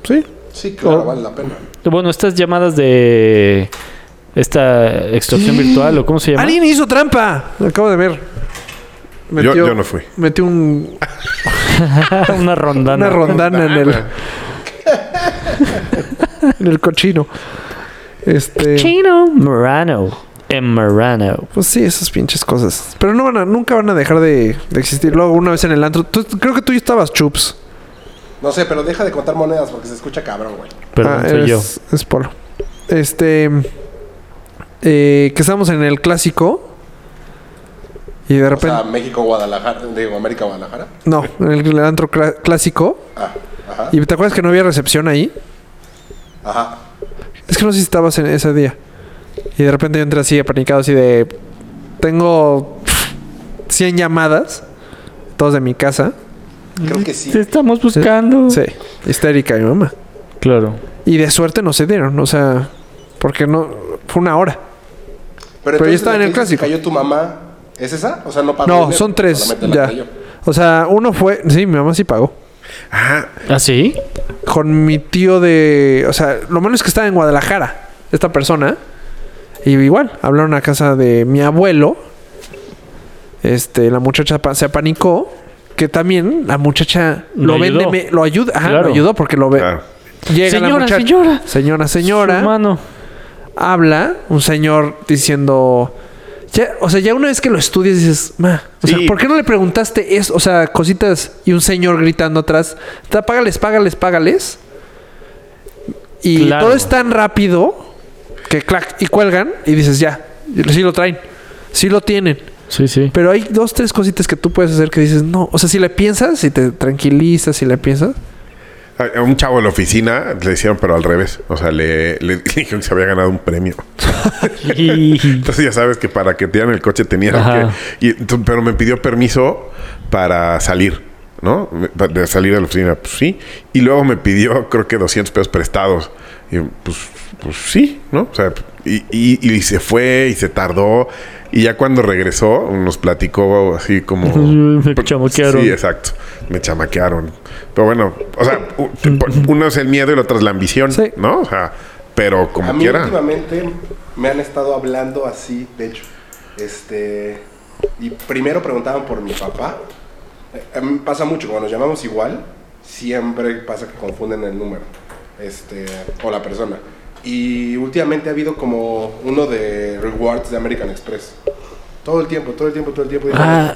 [SPEAKER 4] Sí.
[SPEAKER 5] Sí, claro,
[SPEAKER 3] Oh.
[SPEAKER 5] vale la pena.
[SPEAKER 3] Bueno, estas llamadas de esta extorsión virtual o cómo se llama.
[SPEAKER 4] Alguien hizo trampa. Lo acabo de ver.
[SPEAKER 1] Yo, yo no fui.
[SPEAKER 4] Metió un-
[SPEAKER 3] <laughs> Ah, Una rondana.
[SPEAKER 4] una rondana en el.
[SPEAKER 1] Ah,
[SPEAKER 4] <laughs> en el cochino. Este.
[SPEAKER 3] Chino Morano. En Morano.
[SPEAKER 4] Pues sí, esas pinches cosas. Pero no van a, nunca van a dejar de, de existir. Luego, una vez en el antro. tú- creo que tú ya estabas chups.
[SPEAKER 5] No sé, pero deja de contar monedas porque se escucha cabrón, güey.
[SPEAKER 3] Perdón,
[SPEAKER 4] Ah,
[SPEAKER 3] soy yo.
[SPEAKER 4] eres- Es Polo. Este. eh, que estábamos en el clásico. Y de
[SPEAKER 5] O
[SPEAKER 4] repente.
[SPEAKER 5] sea, México, Guadalajara, digo, América, Guadalajara.
[SPEAKER 4] no, en el, antro cla- clásico.
[SPEAKER 5] Ah, ajá,
[SPEAKER 4] ¿Y te acuerdas que no había recepción ahí?
[SPEAKER 5] ajá.
[SPEAKER 4] Es que no sé si estabas en ese día. Y de repente yo entré así, apanicado, así de. Tengo 100 llamadas. Todas de mi casa.
[SPEAKER 5] Creo que sí.
[SPEAKER 3] Te estamos buscando.
[SPEAKER 4] Sí, histérica mi mamá.
[SPEAKER 3] Claro.
[SPEAKER 4] Y de suerte no se dieron, o sea. Porque no. Fue una hora.
[SPEAKER 5] Pero,
[SPEAKER 4] Pero ya
[SPEAKER 5] entonces,
[SPEAKER 4] estaba
[SPEAKER 5] la
[SPEAKER 4] en
[SPEAKER 5] que
[SPEAKER 4] el
[SPEAKER 5] dices
[SPEAKER 4] clásico.
[SPEAKER 5] que Cayó tu mamá. ¿Es esa? O sea, no pagó.
[SPEAKER 4] No,
[SPEAKER 5] dinero,
[SPEAKER 4] son tres.
[SPEAKER 5] Ah, solamente la
[SPEAKER 4] Ya.
[SPEAKER 5] cayó.
[SPEAKER 4] O sea, uno fue. Sí, mi mamá sí pagó.
[SPEAKER 1] Ah,
[SPEAKER 3] ¿Ah, sí?
[SPEAKER 4] Con mi tío de. O sea, lo malo es que estaba en Guadalajara, esta persona. Y igual, hablaron a casa de mi abuelo. Este, la muchacha pa- se apanicó. Que también la muchacha
[SPEAKER 3] Lo
[SPEAKER 4] lo, vende,
[SPEAKER 3] ayudó.
[SPEAKER 4] me- lo ayuda, ajá,
[SPEAKER 3] Claro.
[SPEAKER 4] lo ayudó porque lo ve.
[SPEAKER 1] claro.
[SPEAKER 4] Llega la
[SPEAKER 3] Señora,
[SPEAKER 4] muchacha,
[SPEAKER 3] señora.
[SPEAKER 4] señora, señora,
[SPEAKER 3] Hermano.
[SPEAKER 4] habla un señor diciendo, ya, o sea, ya una vez que lo estudias dices, ma, o sea,
[SPEAKER 1] Sí.
[SPEAKER 4] ¿por qué no le preguntaste eso? O sea, cositas y un señor gritando atrás, "Ta- págales, págales, págales. Y
[SPEAKER 3] Claro.
[SPEAKER 4] todo es tan rápido que clac y cuelgan y dices, ya, sí lo traen, sí lo tienen.
[SPEAKER 3] Sí, sí.
[SPEAKER 4] Pero hay dos, tres cositas que tú puedes hacer que dices, no, o sea, si le piensas, si te tranquilizas, si le piensas.
[SPEAKER 1] A a un chavo en la oficina le hicieron, pero al revés. O sea, le, le <laughs> dijeron que se había ganado un premio. Entonces ya sabes que para que te dieran el coche tenían
[SPEAKER 3] Ajá.
[SPEAKER 1] que... Y, entonces, pero me pidió permiso para salir, ¿no? Pa- De salir de la oficina, pues sí. Y luego me pidió creo que 200 pesos prestados. Y yo, pues, pues sí, ¿no? O sea, y, y- y se fue y se tardó. Y ya cuando regresó nos platicó así como... Pues,
[SPEAKER 3] Me chamaquearon.
[SPEAKER 1] Sí, exacto. Me chamaquearon. Pero bueno, o sea, u- te pon- uno es el miedo y el otro es la ambición,
[SPEAKER 4] Sí.
[SPEAKER 1] ¿no? O sea, pero
[SPEAKER 5] A
[SPEAKER 1] como
[SPEAKER 5] mí
[SPEAKER 1] quiera.
[SPEAKER 5] últimamente me han estado hablando así, de hecho. Este. Y primero preguntaban por mi papá. Eh, A mí pasa mucho, cuando nos llamamos igual, siempre pasa que confunden el número. Este. O la persona. Y últimamente ha habido como uno de rewards de American Express. Todo el tiempo, todo el tiempo, todo el tiempo.
[SPEAKER 3] Ah,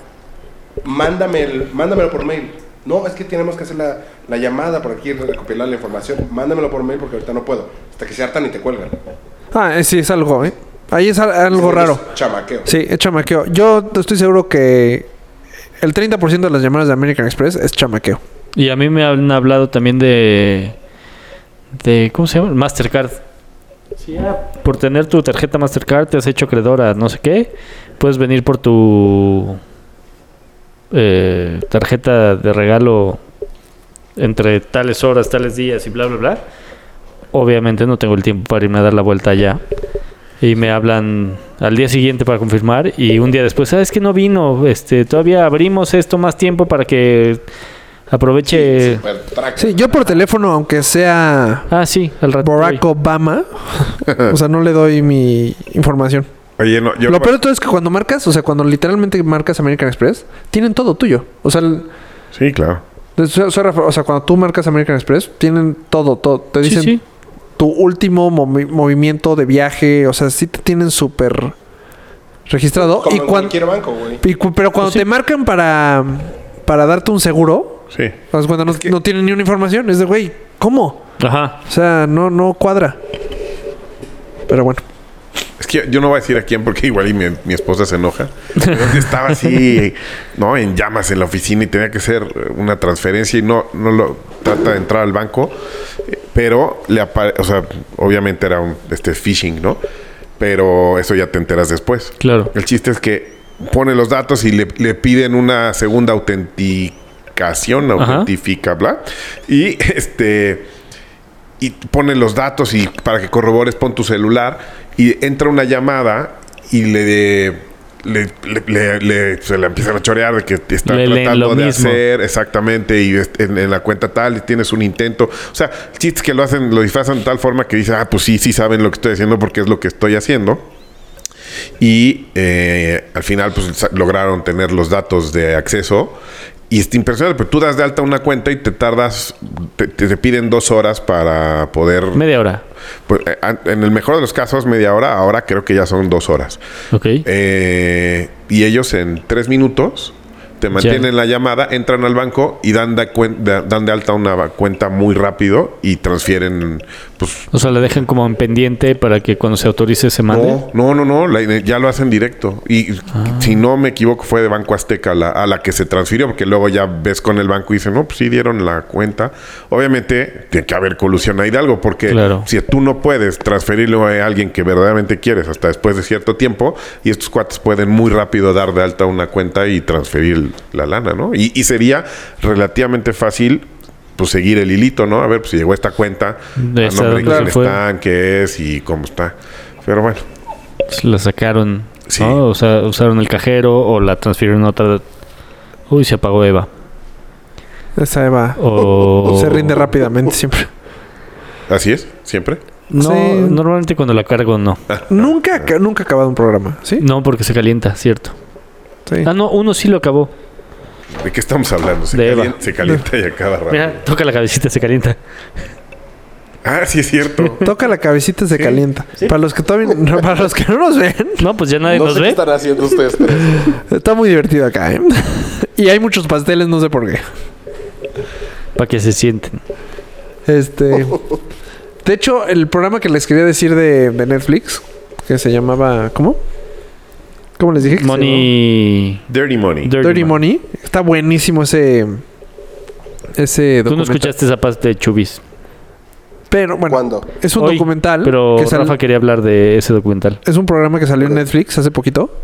[SPEAKER 5] mándame el, mándamelo por mail. No, es que tenemos que hacer la, la llamada por aquí, recopilar la información. Mándamelo por mail porque ahorita no puedo. Hasta que se hartan y te cuelgan.
[SPEAKER 4] Ah, eh, sí, es algo, ¿eh? Ahí es al- algo
[SPEAKER 5] Es
[SPEAKER 4] raro.
[SPEAKER 5] Chamaqueo.
[SPEAKER 4] Sí, es chamaqueo. Yo estoy seguro que el 30% de las llamadas de American Express es chamaqueo.
[SPEAKER 3] Y a mí me han hablado también de. de ¿Cómo se llama? Mastercard. Por tener tu tarjeta Mastercard te has hecho acreedora, no sé qué. Puedes venir por tu. eh, tarjeta de regalo entre tales horas, tales días y bla, bla, bla. Obviamente no tengo el tiempo para irme a dar la vuelta allá. Y me hablan al día siguiente para confirmar y un día después, ah, es que no vino, este, todavía abrimos esto más tiempo para que aproveche...
[SPEAKER 5] Super track.
[SPEAKER 4] Sí, yo por teléfono, aunque sea
[SPEAKER 3] Ah, sí, al rato.
[SPEAKER 4] Barack
[SPEAKER 3] voy. <laughs>
[SPEAKER 4] Obama, o sea, no le doy mi información.
[SPEAKER 1] Oye, no, yo
[SPEAKER 4] Lo peor de todo es que cuando marcas, o sea, cuando literalmente marcas American Express, tienen todo tuyo. O sea, el-
[SPEAKER 1] Sí, claro.
[SPEAKER 4] o sea, soy Rafa- o sea, cuando tú marcas American Express, tienen todo, todo. Te
[SPEAKER 3] Sí,
[SPEAKER 4] dicen
[SPEAKER 3] sí.
[SPEAKER 4] tu último movi- movimiento de viaje, o sea, sí te tienen súper registrado.
[SPEAKER 5] Como
[SPEAKER 4] Y
[SPEAKER 5] en
[SPEAKER 4] cuan-
[SPEAKER 5] cualquier banco, güey.
[SPEAKER 4] y cu- pero cuando
[SPEAKER 3] Pues Sí.
[SPEAKER 4] te marcan para, para darte un seguro,
[SPEAKER 1] Sí.
[SPEAKER 4] haz cuenta, no, no tienen ni una información. Es de, güey, ¿cómo?
[SPEAKER 3] Ajá.
[SPEAKER 4] O sea, no, no cuadra. Pero bueno.
[SPEAKER 1] Es que yo no voy a decir a quién porque igual y mi, mi esposa se enoja. Pero yo estaba así, <laughs> ¿no? En llamas en la oficina y tenía que hacer eh, una transferencia y no, no lo trata de entrar al banco. eh, Pero le apare o sea, obviamente era un este phishing, ¿no? Pero eso ya te enteras después.
[SPEAKER 3] Claro.
[SPEAKER 1] El chiste es que pone los datos y le, le piden una segunda autenticación,
[SPEAKER 3] Ajá.
[SPEAKER 1] autentifica, bla. Y <laughs> este y pone los datos y para que corrobores pon tu celular y entra una llamada y le le, le- le- le- se le empiezan a chorear de que te está
[SPEAKER 3] Le leen
[SPEAKER 1] tratando
[SPEAKER 3] lo
[SPEAKER 1] de
[SPEAKER 3] mismo.
[SPEAKER 1] hacer exactamente y es- en, en la cuenta tal y tienes un intento o sea chistes que lo hacen lo disfrazan de tal forma que dice ah pues sí sí saben lo que estoy haciendo porque es lo que estoy haciendo y eh, al final, pues sa- lograron tener los datos de acceso. Y es impresionante, pero tú das de alta una cuenta y te tardas, te, te- te piden dos horas para poder.
[SPEAKER 3] Media hora.
[SPEAKER 1] pues, eh, an- en el mejor de los casos, media hora. Ahora creo que ya son dos horas.
[SPEAKER 3] Ok.
[SPEAKER 1] Eh, y ellos en tres minutos te mantienen la llamada, entran al banco y dan de, cuen- da- dan de alta una ba- cuenta muy rápido y transfieren, pues.
[SPEAKER 3] O sea, la dejan como en pendiente para que cuando se autorice se mande.
[SPEAKER 4] Oh.
[SPEAKER 3] Ah.
[SPEAKER 1] No, no, no, no, la- ya lo hacen directo. Y si no me equivoco, fue de Banco Azteca la- a la que se transfirió, porque luego ya ves con el banco y dicen, no, pues sí dieron la cuenta. Obviamente, tiene que haber colusión ahí de algo, porque
[SPEAKER 3] Claro.
[SPEAKER 1] si tú no puedes transferirlo a alguien que verdaderamente quieres hasta después de cierto tiempo, y estos cuates pueden muy rápido dar de alta una cuenta y transferir la lana, ¿no? Y, y sería relativamente fácil. Pues seguir el hilito, ¿no? A ver, pues si llegó esta cuenta,
[SPEAKER 3] De
[SPEAKER 1] a
[SPEAKER 3] esta,
[SPEAKER 1] nombre de
[SPEAKER 3] ¿dónde
[SPEAKER 1] quién
[SPEAKER 3] se fue?
[SPEAKER 1] están, qué es y cómo está. Pero bueno,
[SPEAKER 3] Pues La sacaron.
[SPEAKER 1] Sí.
[SPEAKER 3] ¿no? O sea, usaron el cajero o la transfirieron a otra. Uy, se apagó Eva.
[SPEAKER 4] Esa Eva <laughs>
[SPEAKER 3] O.
[SPEAKER 4] se rinde rápidamente siempre.
[SPEAKER 1] Así es, siempre.
[SPEAKER 3] No,
[SPEAKER 4] Sí.
[SPEAKER 3] normalmente cuando la cargo no.
[SPEAKER 4] Nunca, aca- nunca ha acabado un programa, ¿sí?
[SPEAKER 3] No, porque se calienta, cierto.
[SPEAKER 4] Sí.
[SPEAKER 3] Ah, no, uno sí lo acabó.
[SPEAKER 1] ¿De qué estamos hablando? Se,
[SPEAKER 3] De Eva.
[SPEAKER 1] calienta, se calienta y acaba rápido.
[SPEAKER 3] Mira, toca la cabecita, se calienta.
[SPEAKER 1] Ah, sí es
[SPEAKER 4] <laughs>
[SPEAKER 1] cierto.
[SPEAKER 4] Toca la cabecita y se calienta. Para los que todavía, <laughs> no, para los que no nos ven,
[SPEAKER 3] No, pues ya nadie
[SPEAKER 5] No
[SPEAKER 3] nos
[SPEAKER 5] sé qué
[SPEAKER 3] ve.
[SPEAKER 5] están haciendo ustedes tres.
[SPEAKER 4] está muy divertido acá, ¿eh? <laughs> Y hay muchos pasteles, no sé por qué.
[SPEAKER 3] Para que se sienten.
[SPEAKER 4] Este. De hecho, el programa que les quería decir de, de Netflix, que se llamaba. ¿Cómo? ¿Cómo les dije? que se
[SPEAKER 3] Money.
[SPEAKER 1] Dirty Money.
[SPEAKER 4] llamaba? Dirty Money. Está buenísimo ese. Ese
[SPEAKER 3] Tú no
[SPEAKER 4] documental.
[SPEAKER 3] escuchaste esa parte de Chubis.
[SPEAKER 4] Pero bueno,
[SPEAKER 5] ¿Cuándo?
[SPEAKER 4] es un
[SPEAKER 3] Hoy,
[SPEAKER 4] documental.
[SPEAKER 3] Pero
[SPEAKER 4] que sal-
[SPEAKER 3] Rafa quería hablar de ese documental.
[SPEAKER 4] Es un programa que salió en Netflix hace poquito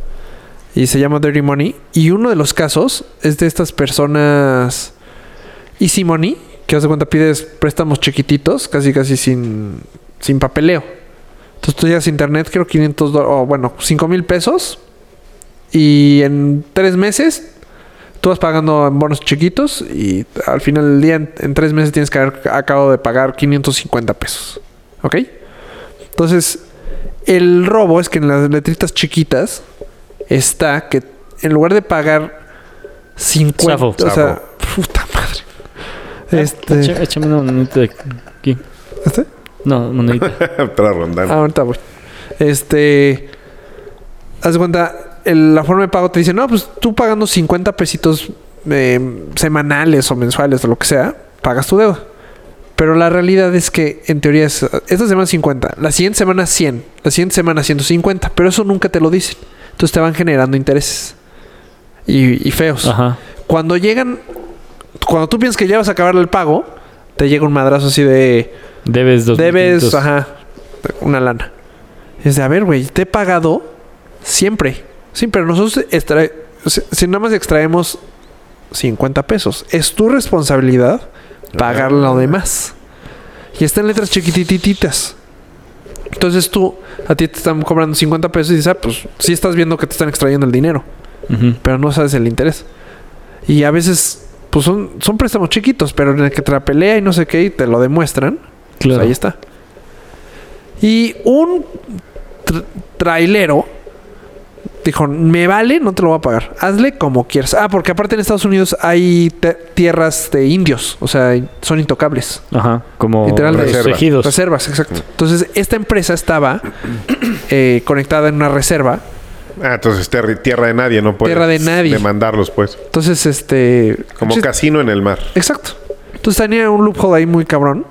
[SPEAKER 4] y se llama Dirty Money. Y uno de los casos es de estas personas Easy Money, que hace cuenta pides préstamos chiquititos, casi casi sin, sin papeleo. Entonces tú llegas a internet, creo 500 dólares, o bueno, 5 mil pesos. Y en tres meses tú vas pagando en bonos chiquitos y al final del día, en, en tres meses tienes que haber acabado de pagar 550 pesos. ¿Ok? Entonces, el robo es que en las letritas chiquitas está que en lugar de pagar 50,
[SPEAKER 3] Zafo.
[SPEAKER 4] o sea, puta madre. Este,
[SPEAKER 3] Echa- Échame una monedita de aquí.
[SPEAKER 4] ¿Este?
[SPEAKER 3] No,
[SPEAKER 4] <laughs>
[SPEAKER 3] monedita.
[SPEAKER 1] <laughs> Otra ronda.
[SPEAKER 4] Ah, ahorita voy. Este. Haz de cuenta, el- la forma de pago te dice, no, pues tú pagando 50 pesitos eh, semanales o mensuales o lo que sea, pagas tu deuda. Pero la realidad es que, en teoría, es, esta semana 50, la siguiente semana 100, la siguiente semana 150, pero eso nunca te lo dicen. Entonces te van generando intereses. y, y feos.
[SPEAKER 3] Ajá.
[SPEAKER 4] Cuando llegan, cuando tú piensas que ya vas a acabar el pago, te llega un madrazo así de
[SPEAKER 3] Debes dos
[SPEAKER 4] debes, ajá, una lana. Es de, a ver, güey, te he pagado siempre. Sí, pero nosotros extra- si, si nada más extraemos 50 pesos, es tu responsabilidad pagar lo demás. Y está en letras chiquitititas. Entonces tú, a ti te están cobrando 50 pesos y dices, ah, pues sí estás viendo que te están extrayendo el dinero pero no sabes el interés. Y a veces, pues son, son préstamos chiquitos, pero en el que te la pelea y no sé qué, y te lo demuestran, pues
[SPEAKER 3] Claro.
[SPEAKER 4] ahí está. Y un tr- trailero dijo, me vale, no te lo voy a pagar. Hazle como quieras. Ah, porque aparte en Estados Unidos hay te- tierras de indios, o sea, son intocables.
[SPEAKER 3] Ajá. Como
[SPEAKER 4] Literal de-
[SPEAKER 3] protegidos.
[SPEAKER 4] Reservas, exacto. Entonces, esta empresa estaba <clears throat> eh, conectada en una reserva
[SPEAKER 1] Ah, entonces terri- tierra de nadie, no puedes
[SPEAKER 4] Tierra de nadie.
[SPEAKER 1] demandarlos, pues.
[SPEAKER 4] Entonces, este.
[SPEAKER 1] Como
[SPEAKER 4] sí,
[SPEAKER 1] casino en el mar.
[SPEAKER 4] Exacto. Entonces tenía un loophole ahí muy cabrón.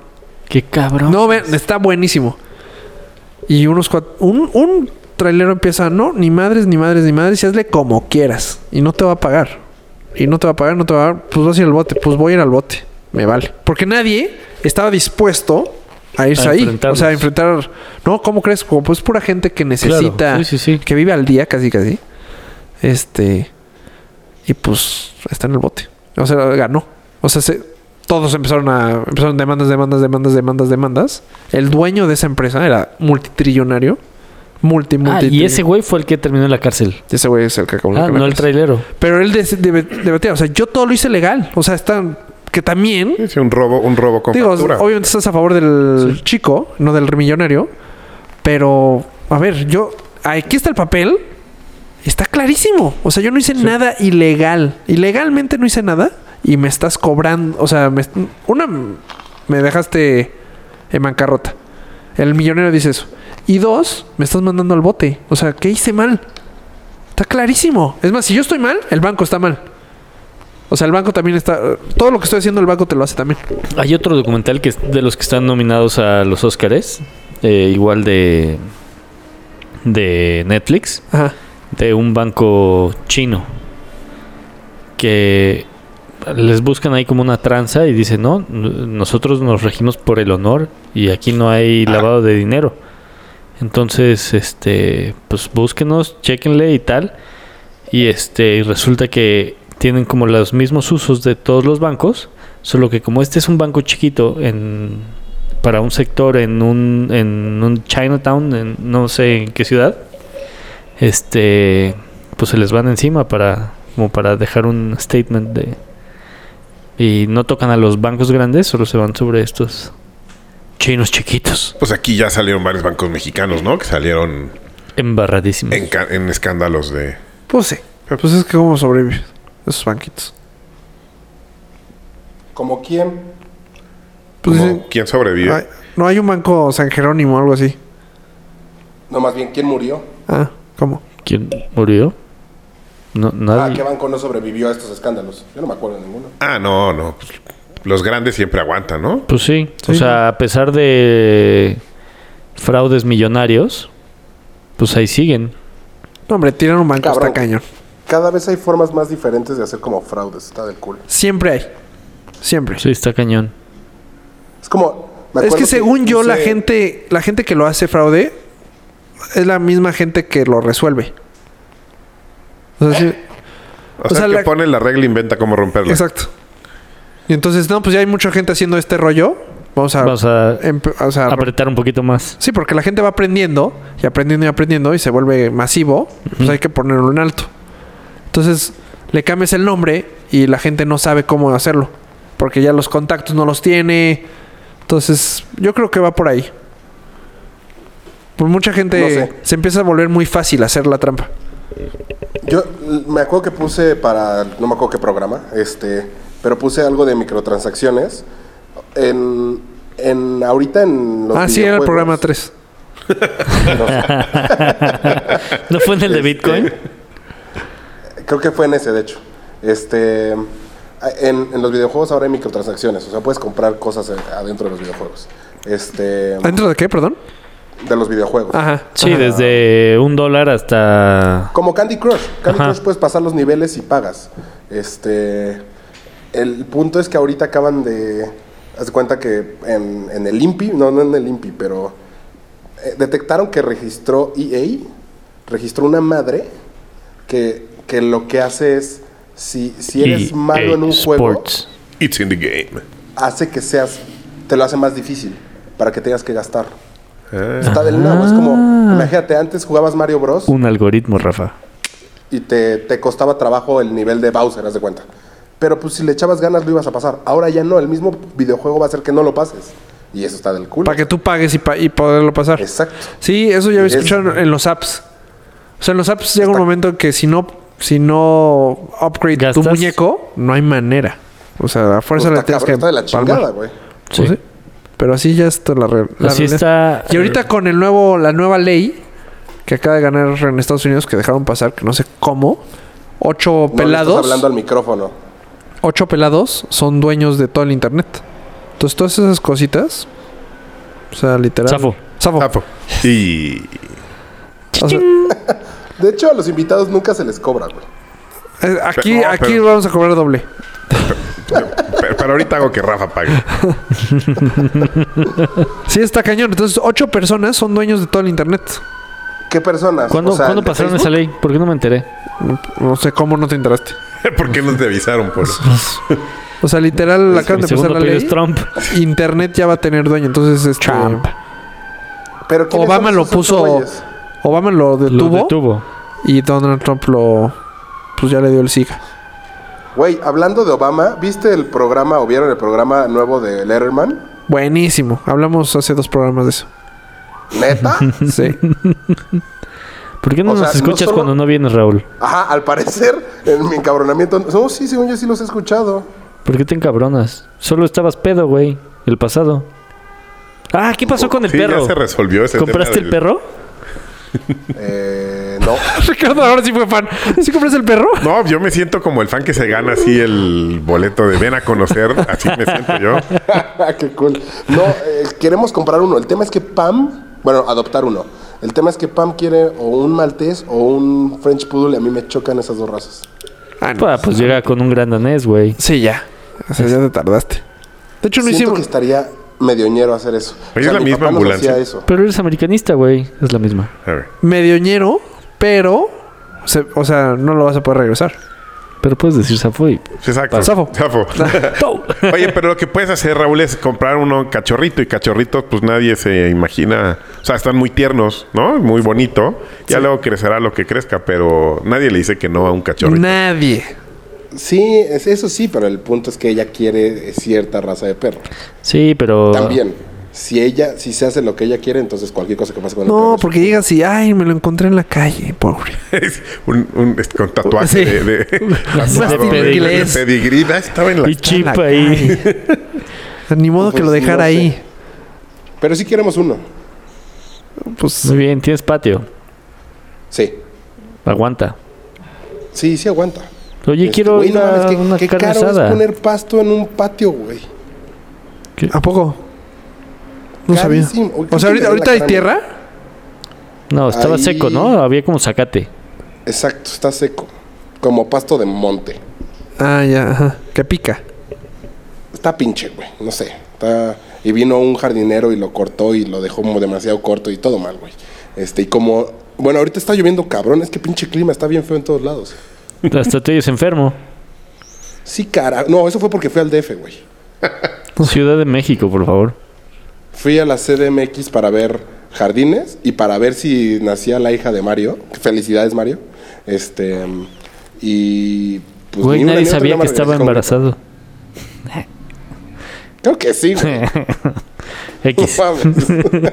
[SPEAKER 3] Qué cabrón.
[SPEAKER 4] No, ven, está buenísimo. Y unos cuatro. Un, un trailero empieza, no, ni madres, ni madres, ni madres, y hazle como quieras. Y no te va a pagar. Y no te va a pagar, no te va a pagar. Pues vas a ir al bote. Pues voy a ir al bote. Me vale. Porque nadie estaba dispuesto a irse
[SPEAKER 3] A
[SPEAKER 4] ahí. O
[SPEAKER 3] enfrentarlos.
[SPEAKER 4] sea, a enfrentar. No, ¿cómo crees? Como pues pura gente que necesita.
[SPEAKER 3] Sí, sí, sí.
[SPEAKER 4] Que vive al día, casi, casi. Este. Y pues está en el bote. O sea, ganó. O sea, se- todos empezaron a. Empezaron demandas, demandas, demandas, demandas, demandas. El dueño de esa empresa era multitrillonario. Multi,
[SPEAKER 3] Ah,
[SPEAKER 4] multi.
[SPEAKER 3] y ese güey fue el que terminó en la cárcel.
[SPEAKER 4] ese güey es el que acabó
[SPEAKER 3] Ah,
[SPEAKER 4] con la
[SPEAKER 3] no el
[SPEAKER 4] cárcel.
[SPEAKER 3] trailero.
[SPEAKER 4] Pero él des- debe- debatía. O sea, yo todo lo hice legal. O sea, están. Que también.
[SPEAKER 1] Sí, un robo, un robo con
[SPEAKER 4] Digo,
[SPEAKER 1] factura.
[SPEAKER 4] obviamente estás a favor del chico, no del millonario. Pero, a ver, yo. Aquí está el papel. Está clarísimo. O sea, yo no hice nada ilegal. Ilegalmente no hice nada. Y me estás cobrando. O sea, me, una. Me dejaste en bancarrota. El millonario dice eso. Y dos, me estás mandando al bote. O sea, ¿qué hice mal? Está clarísimo. Es más, si yo estoy mal, el banco está mal. O sea, el banco también está. Todo lo que estoy haciendo, el banco te lo hace también.
[SPEAKER 3] Hay otro documental que es de los que están nominados a los Óscares, eh, igual de de Netflix,
[SPEAKER 4] Ajá.
[SPEAKER 3] de un banco chino que les buscan ahí como una tranza y dicen, "No, n- nosotros nos regimos por el honor y aquí no hay lavado de dinero." Entonces, este, pues búsquenos, chéquenle y tal. Y este, y resulta que tienen como los mismos usos de todos los bancos, solo que como este es un banco chiquito en para un sector en un en un Chinatown, en no sé en qué ciudad, este, pues se les van encima para como para dejar un statement de y no tocan a los bancos grandes, solo se van sobre estos chinos chiquitos,
[SPEAKER 1] Pues aquí ya salieron varios bancos mexicanos, ¿no? Que salieron
[SPEAKER 3] embarradísimos.
[SPEAKER 1] en, ca- en escándalos de...
[SPEAKER 4] Pues sí. Pero pues es que cómo sobrevive esos banquitos.
[SPEAKER 5] ¿Como quién?
[SPEAKER 4] Pues
[SPEAKER 1] como,
[SPEAKER 4] dicen,
[SPEAKER 1] ¿Quién sobrevive?
[SPEAKER 4] ay, no hay un banco San Jerónimo o algo así.
[SPEAKER 5] No, más bien, ¿quién murió?
[SPEAKER 4] Ah, ¿cómo?
[SPEAKER 3] ¿Quién murió? No,
[SPEAKER 5] Ah, ¿qué
[SPEAKER 3] nadie.
[SPEAKER 5] banco no sobrevivió a estos escándalos? Yo no me acuerdo de ninguno.
[SPEAKER 1] Ah, no, no. pues, los grandes siempre aguantan, ¿no?
[SPEAKER 3] Pues sí. O
[SPEAKER 4] Sí.
[SPEAKER 3] sea, a pesar de fraudes millonarios, pues ahí siguen.
[SPEAKER 4] No, hombre, tiran un banco
[SPEAKER 5] Cabrón.
[SPEAKER 4] hasta cañón.
[SPEAKER 5] Cada vez hay formas más diferentes de hacer como fraudes. Está del culo.
[SPEAKER 4] Siempre hay. Siempre.
[SPEAKER 3] Sí, está cañón.
[SPEAKER 5] Es como... me
[SPEAKER 4] Es
[SPEAKER 5] acuerdo
[SPEAKER 4] que según yo, la
[SPEAKER 5] hice-
[SPEAKER 4] gente, la gente que lo hace fraude es la misma gente que lo resuelve. O sea, sí.
[SPEAKER 1] O, sea,
[SPEAKER 4] sea,
[SPEAKER 1] el que
[SPEAKER 4] la-
[SPEAKER 1] pone la regla inventa cómo romperla.
[SPEAKER 4] Exacto. Y entonces, no, pues ya hay mucha gente haciendo este rollo. Vamos a.
[SPEAKER 3] Vamos a
[SPEAKER 4] empe- o sea,
[SPEAKER 3] apretar un poquito más. <laughs>
[SPEAKER 4] Sí, porque la gente va aprendiendo y aprendiendo y aprendiendo y se vuelve masivo, pues hay que ponerlo en alto. Entonces, le cambias el nombre y la gente no sabe cómo hacerlo, porque ya los contactos no los tiene. Entonces, yo creo que va por ahí. Pues mucha gente
[SPEAKER 5] No sé.
[SPEAKER 4] se empieza a volver muy fácil hacer la trampa.
[SPEAKER 5] Yo l- me acuerdo que puse para, no me acuerdo qué programa, este, pero puse algo de microtransacciones. En, en ahorita en los
[SPEAKER 4] ah, sí, era el
[SPEAKER 5] videojuegos-
[SPEAKER 4] programa 3.
[SPEAKER 3] ¿No fue en el de Bitcoin?
[SPEAKER 5] Creo que fue en ese, de hecho. Este, en, en los videojuegos ahora hay microtransacciones, o sea, puedes comprar cosas eh, adentro de los videojuegos. Este,
[SPEAKER 4] ¿Adentro de qué, perdón?
[SPEAKER 5] de los videojuegos.
[SPEAKER 4] Ajá.
[SPEAKER 3] Sí,
[SPEAKER 4] ajá.
[SPEAKER 3] desde un dólar hasta...
[SPEAKER 5] Como Candy Crush. Candy
[SPEAKER 3] Ajá.
[SPEAKER 5] Crush puedes pasar los niveles y pagas. Este. El punto es que ahorita acaban de. Haz de cuenta que en, en el IMPI, no, no en el IMPI, pero. eh, detectaron que registró EA, registró una madre que, que lo que hace es. Si, si eres
[SPEAKER 3] EA
[SPEAKER 5] malo en un juego,
[SPEAKER 3] E Sports.
[SPEAKER 1] It's in the game.
[SPEAKER 5] hace que seas. Te lo hace más difícil para que tengas que gastar.
[SPEAKER 1] Ah,
[SPEAKER 5] Está del nabo. Es como.
[SPEAKER 4] Ah.
[SPEAKER 5] Imagínate, antes jugabas Mario Bros.
[SPEAKER 3] Un algoritmo, Rafa.
[SPEAKER 5] y te, te costaba trabajo el nivel de Bowser, haz de cuenta. Pero pues si le echabas ganas lo ibas a pasar. Ahora ya no, el mismo videojuego va a hacer que no lo pases. Y eso está del culo.
[SPEAKER 4] Para que tú pagues y, pa- y poderlo pasar.
[SPEAKER 5] Exacto.
[SPEAKER 4] Sí, eso ya lo
[SPEAKER 5] Es-
[SPEAKER 4] escucharon en los apps. O sea, en los apps llega un momento que si no, si no upgrade
[SPEAKER 3] ¿Gastas?
[SPEAKER 4] tu muñeco, no hay manera. O sea, a fuerza
[SPEAKER 5] Pues,
[SPEAKER 4] la
[SPEAKER 5] está
[SPEAKER 4] tienes que
[SPEAKER 5] cabrón, está de la
[SPEAKER 4] palmar.
[SPEAKER 5] chingada, güey.
[SPEAKER 4] Pues sí. Pero así ya está la, re- la
[SPEAKER 3] Así
[SPEAKER 4] realidad.
[SPEAKER 3] está-
[SPEAKER 4] Y ahorita con el nuevo, la nueva ley que acaba de ganar en Estados Unidos, que dejaron pasar, que no sé cómo, ocho
[SPEAKER 5] No le
[SPEAKER 4] pelados.
[SPEAKER 5] estás hablando al micrófono.
[SPEAKER 4] Ocho pelados son dueños de todo el internet. Entonces, todas esas cositas. O sea, literal.
[SPEAKER 3] Zafo.
[SPEAKER 4] Zafo.
[SPEAKER 1] Apo. Ah, pues. Y
[SPEAKER 4] O sea,
[SPEAKER 5] De hecho, a los invitados nunca se les cobra, güey.
[SPEAKER 4] eh, aquí
[SPEAKER 1] No,
[SPEAKER 4] aquí
[SPEAKER 1] pero-
[SPEAKER 4] vamos a cobrar doble.
[SPEAKER 1] pero, pero ahorita hago que Rafa pague. <laughs>
[SPEAKER 4] Sí, está cañón. Entonces, ocho personas son dueños de todo el internet.
[SPEAKER 5] ¿Qué personas?
[SPEAKER 3] ¿Cuándo,
[SPEAKER 5] O sea,
[SPEAKER 3] cuándo
[SPEAKER 5] ¿de
[SPEAKER 3] pasaron
[SPEAKER 5] Facebook?
[SPEAKER 3] esa ley? ¿Por qué no me enteré?
[SPEAKER 4] No sé cómo no te enteraste.
[SPEAKER 1] ¿Por qué no te avisaron, pues. por?
[SPEAKER 4] O sea, literal, acaban
[SPEAKER 3] Mi
[SPEAKER 4] de pasar
[SPEAKER 3] segundo
[SPEAKER 4] la
[SPEAKER 3] apellido
[SPEAKER 4] ley.
[SPEAKER 3] es Trump.
[SPEAKER 4] Internet ya va a tener dueño. Entonces, este,
[SPEAKER 3] Trump.
[SPEAKER 5] Pero ¿quiénes
[SPEAKER 4] Obama
[SPEAKER 5] son
[SPEAKER 4] lo
[SPEAKER 5] esos otros
[SPEAKER 4] puso-
[SPEAKER 5] güeyes?
[SPEAKER 4] Obama lo
[SPEAKER 3] Lo
[SPEAKER 4] detuvo,
[SPEAKER 3] detuvo.
[SPEAKER 4] y Donald Trump lo. Pues ya le dio el SIGA.
[SPEAKER 5] Güey, hablando de Obama, ¿viste el programa o vieron el programa nuevo de Letterman?
[SPEAKER 4] Buenísimo. Hablamos hace dos programas de eso.
[SPEAKER 1] <laughs>
[SPEAKER 5] ¿Neta?
[SPEAKER 3] <laughs>
[SPEAKER 4] Sí.
[SPEAKER 3] ¿Por qué no
[SPEAKER 5] O sea,
[SPEAKER 3] nos
[SPEAKER 5] no
[SPEAKER 3] escuchas
[SPEAKER 5] solo-
[SPEAKER 3] cuando no vienes, Raúl?
[SPEAKER 5] Ajá, al parecer, en mi encabronamiento... No, sí, según yo sí los he escuchado.
[SPEAKER 3] ¿Por qué te encabronas? Solo estabas pedo, güey. El pasado. Ah, ¿qué pasó con el
[SPEAKER 1] Sí,
[SPEAKER 3] perro?
[SPEAKER 1] ya se resolvió ese
[SPEAKER 3] ¿Compraste
[SPEAKER 1] tema del-
[SPEAKER 3] el perro?
[SPEAKER 5] Eh, no. <laughs>
[SPEAKER 4] Ricardo ahora sí fue fan. ¿Sí compras el perro?
[SPEAKER 1] No, yo me siento como el fan que se gana así el boleto de ven a conocer. Así me siento yo.
[SPEAKER 5] Qué cool. No, eh, queremos comprar uno. El tema es que Pam, bueno, adoptar uno. El tema es que Pam quiere o un maltés o un French Poodle y a mí me chocan esas dos razas.
[SPEAKER 4] Ah,
[SPEAKER 3] Ah, pues llega con un gran danés, güey.
[SPEAKER 4] Sí, ya. O sea, ya te tardaste. De hecho, no
[SPEAKER 5] Siento
[SPEAKER 4] hicimos.
[SPEAKER 5] que estaría medioñero hacer eso.
[SPEAKER 1] Oye, es la
[SPEAKER 5] mi
[SPEAKER 1] misma
[SPEAKER 5] papá nos
[SPEAKER 1] ambulancia.
[SPEAKER 5] hacía eso.
[SPEAKER 3] Pero eres americanista, güey. Es la misma.
[SPEAKER 1] A ver.
[SPEAKER 4] Medioñero, pero. se- o sea, no lo vas a poder regresar.
[SPEAKER 3] Pero puedes decir Safo y...
[SPEAKER 1] Exacto.
[SPEAKER 4] Zafo.
[SPEAKER 3] <laughs>
[SPEAKER 1] Zafo.
[SPEAKER 5] Oh.
[SPEAKER 1] Oye, pero lo que puedes hacer, Raúl, es comprar uno cachorrito. Y cachorritos, pues nadie se imagina. O sea, están muy tiernos, ¿no? Muy bonito. Ya luego crecerá lo que crezca, pero nadie le dice que no a un cachorrito.
[SPEAKER 4] Nadie.
[SPEAKER 5] Sí, es- eso sí, pero el punto es que ella quiere eh, cierta raza de perro.
[SPEAKER 3] Sí, pero...
[SPEAKER 5] También. Si ella, si se hace lo que ella quiere, entonces cualquier cosa que pase con el perro
[SPEAKER 4] No,
[SPEAKER 5] es-
[SPEAKER 4] porque llegas y. Ay, me lo encontré en la calle, pobre.
[SPEAKER 1] <laughs> Es un, un- es con tatuaje
[SPEAKER 4] Sí.
[SPEAKER 1] de,
[SPEAKER 3] <laughs>
[SPEAKER 1] de-
[SPEAKER 4] Más
[SPEAKER 1] de-
[SPEAKER 4] de
[SPEAKER 1] de
[SPEAKER 4] inglés.
[SPEAKER 1] pedigrí. Ah, Estaba en la...
[SPEAKER 3] Y chip
[SPEAKER 4] la
[SPEAKER 3] ahí.
[SPEAKER 5] <laughs>
[SPEAKER 4] Ni modo que
[SPEAKER 5] Pues,
[SPEAKER 4] lo dejara
[SPEAKER 5] no sé.
[SPEAKER 4] ahí.
[SPEAKER 5] Pero sí queremos uno.
[SPEAKER 4] Pues.
[SPEAKER 3] Muy bien, tienes patio.
[SPEAKER 5] Sí.
[SPEAKER 3] Aguanta.
[SPEAKER 5] Sí, sí aguanta.
[SPEAKER 3] Oye,
[SPEAKER 5] Este,
[SPEAKER 3] quiero
[SPEAKER 5] güey, no
[SPEAKER 3] una,
[SPEAKER 5] mames, qué-
[SPEAKER 3] una
[SPEAKER 5] qué
[SPEAKER 3] carne
[SPEAKER 5] caro
[SPEAKER 3] asada.
[SPEAKER 5] es poner pasto en un patio, güey.
[SPEAKER 4] ¿A poco? No sabía.
[SPEAKER 5] Carísimo. Oye,
[SPEAKER 4] O sea,
[SPEAKER 5] creo
[SPEAKER 4] ahorita,
[SPEAKER 5] que me dio la
[SPEAKER 4] ahorita hay
[SPEAKER 5] cara,
[SPEAKER 4] tierra.
[SPEAKER 3] No, estaba
[SPEAKER 5] Ahí-
[SPEAKER 3] seco, ¿no? Había como zacate.
[SPEAKER 5] Exacto, está seco. Como pasto de monte.
[SPEAKER 4] Ah, ya, ajá. Que pica.
[SPEAKER 5] Está pinche, güey. No sé. Está... Y vino un jardinero y lo cortó y lo dejó como demasiado corto y todo mal, güey. Este, y como... Bueno, ahorita está lloviendo cabrón. Es que pinche clima está bien feo en todos lados.
[SPEAKER 3] Hasta tú eres enfermo.
[SPEAKER 5] Sí, cara. No, eso fue porque fui al DF, güey. Pues
[SPEAKER 3] Ciudad de México, por favor.
[SPEAKER 5] Fui a la CDMX para ver jardines y para ver si nacía la hija de Mario. Felicidades, Mario. Este... Y... pues,
[SPEAKER 3] Güey,
[SPEAKER 5] ni una
[SPEAKER 3] nadie
[SPEAKER 5] ni otra,
[SPEAKER 3] sabía
[SPEAKER 5] nada
[SPEAKER 3] que
[SPEAKER 5] más
[SPEAKER 3] estaba
[SPEAKER 5] regresé con-
[SPEAKER 3] embarazado.
[SPEAKER 5] Creo que sí,
[SPEAKER 3] <laughs>
[SPEAKER 5] güey. <laughs> No
[SPEAKER 3] X.
[SPEAKER 5] mames.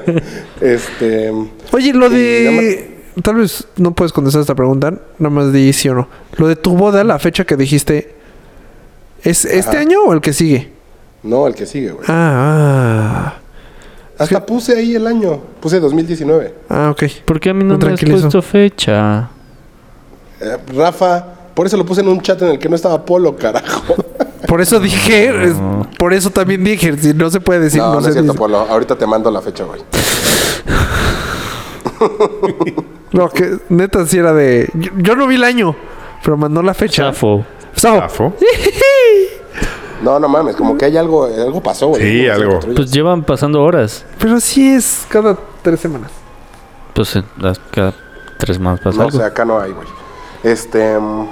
[SPEAKER 5] este.
[SPEAKER 4] Oye, lo
[SPEAKER 5] Sí,
[SPEAKER 4] de. Tal vez no puedes contestar esta pregunta. Nada más di sí o no. Lo de tu boda, la fecha que dijiste. ¿Es este año o el que sigue?
[SPEAKER 5] No, el que sigue, güey.
[SPEAKER 4] Ah,
[SPEAKER 5] Hasta puse ahí el año. Puse 2019.
[SPEAKER 4] ah. Ah, ok.
[SPEAKER 3] ¿Por qué a mí no
[SPEAKER 4] Me
[SPEAKER 5] Pues
[SPEAKER 3] me has
[SPEAKER 4] tranquilizo.
[SPEAKER 3] puesto fecha? <laughs>
[SPEAKER 5] Eh, Rafa, por eso lo puse en un chat en el que no estaba Polo, carajo.
[SPEAKER 4] Por
[SPEAKER 5] <laughs>
[SPEAKER 4] eso dije, es- por eso también dije, si no se puede decir,
[SPEAKER 5] no,
[SPEAKER 4] no,
[SPEAKER 5] no
[SPEAKER 4] se
[SPEAKER 5] es cierto,
[SPEAKER 4] dice.
[SPEAKER 5] Polo. Ahorita te mando la fecha, güey.
[SPEAKER 4] No, que neta sí era de. Yo, yo no vi el año, pero mandó la fecha.
[SPEAKER 3] Chafo.
[SPEAKER 4] Safo.
[SPEAKER 1] Zafo.
[SPEAKER 5] No, no mames, como que hay algo, algo pasó, güey.
[SPEAKER 1] Sí,
[SPEAKER 5] Como que se
[SPEAKER 1] algo.
[SPEAKER 5] construye.
[SPEAKER 3] Pues llevan pasando horas.
[SPEAKER 4] <laughs> Pero sí es cada tres semanas.
[SPEAKER 3] Pues en las- cada tres más pasa
[SPEAKER 5] No, o
[SPEAKER 3] algo.
[SPEAKER 5] sea, acá no hay, güey. Este. mm,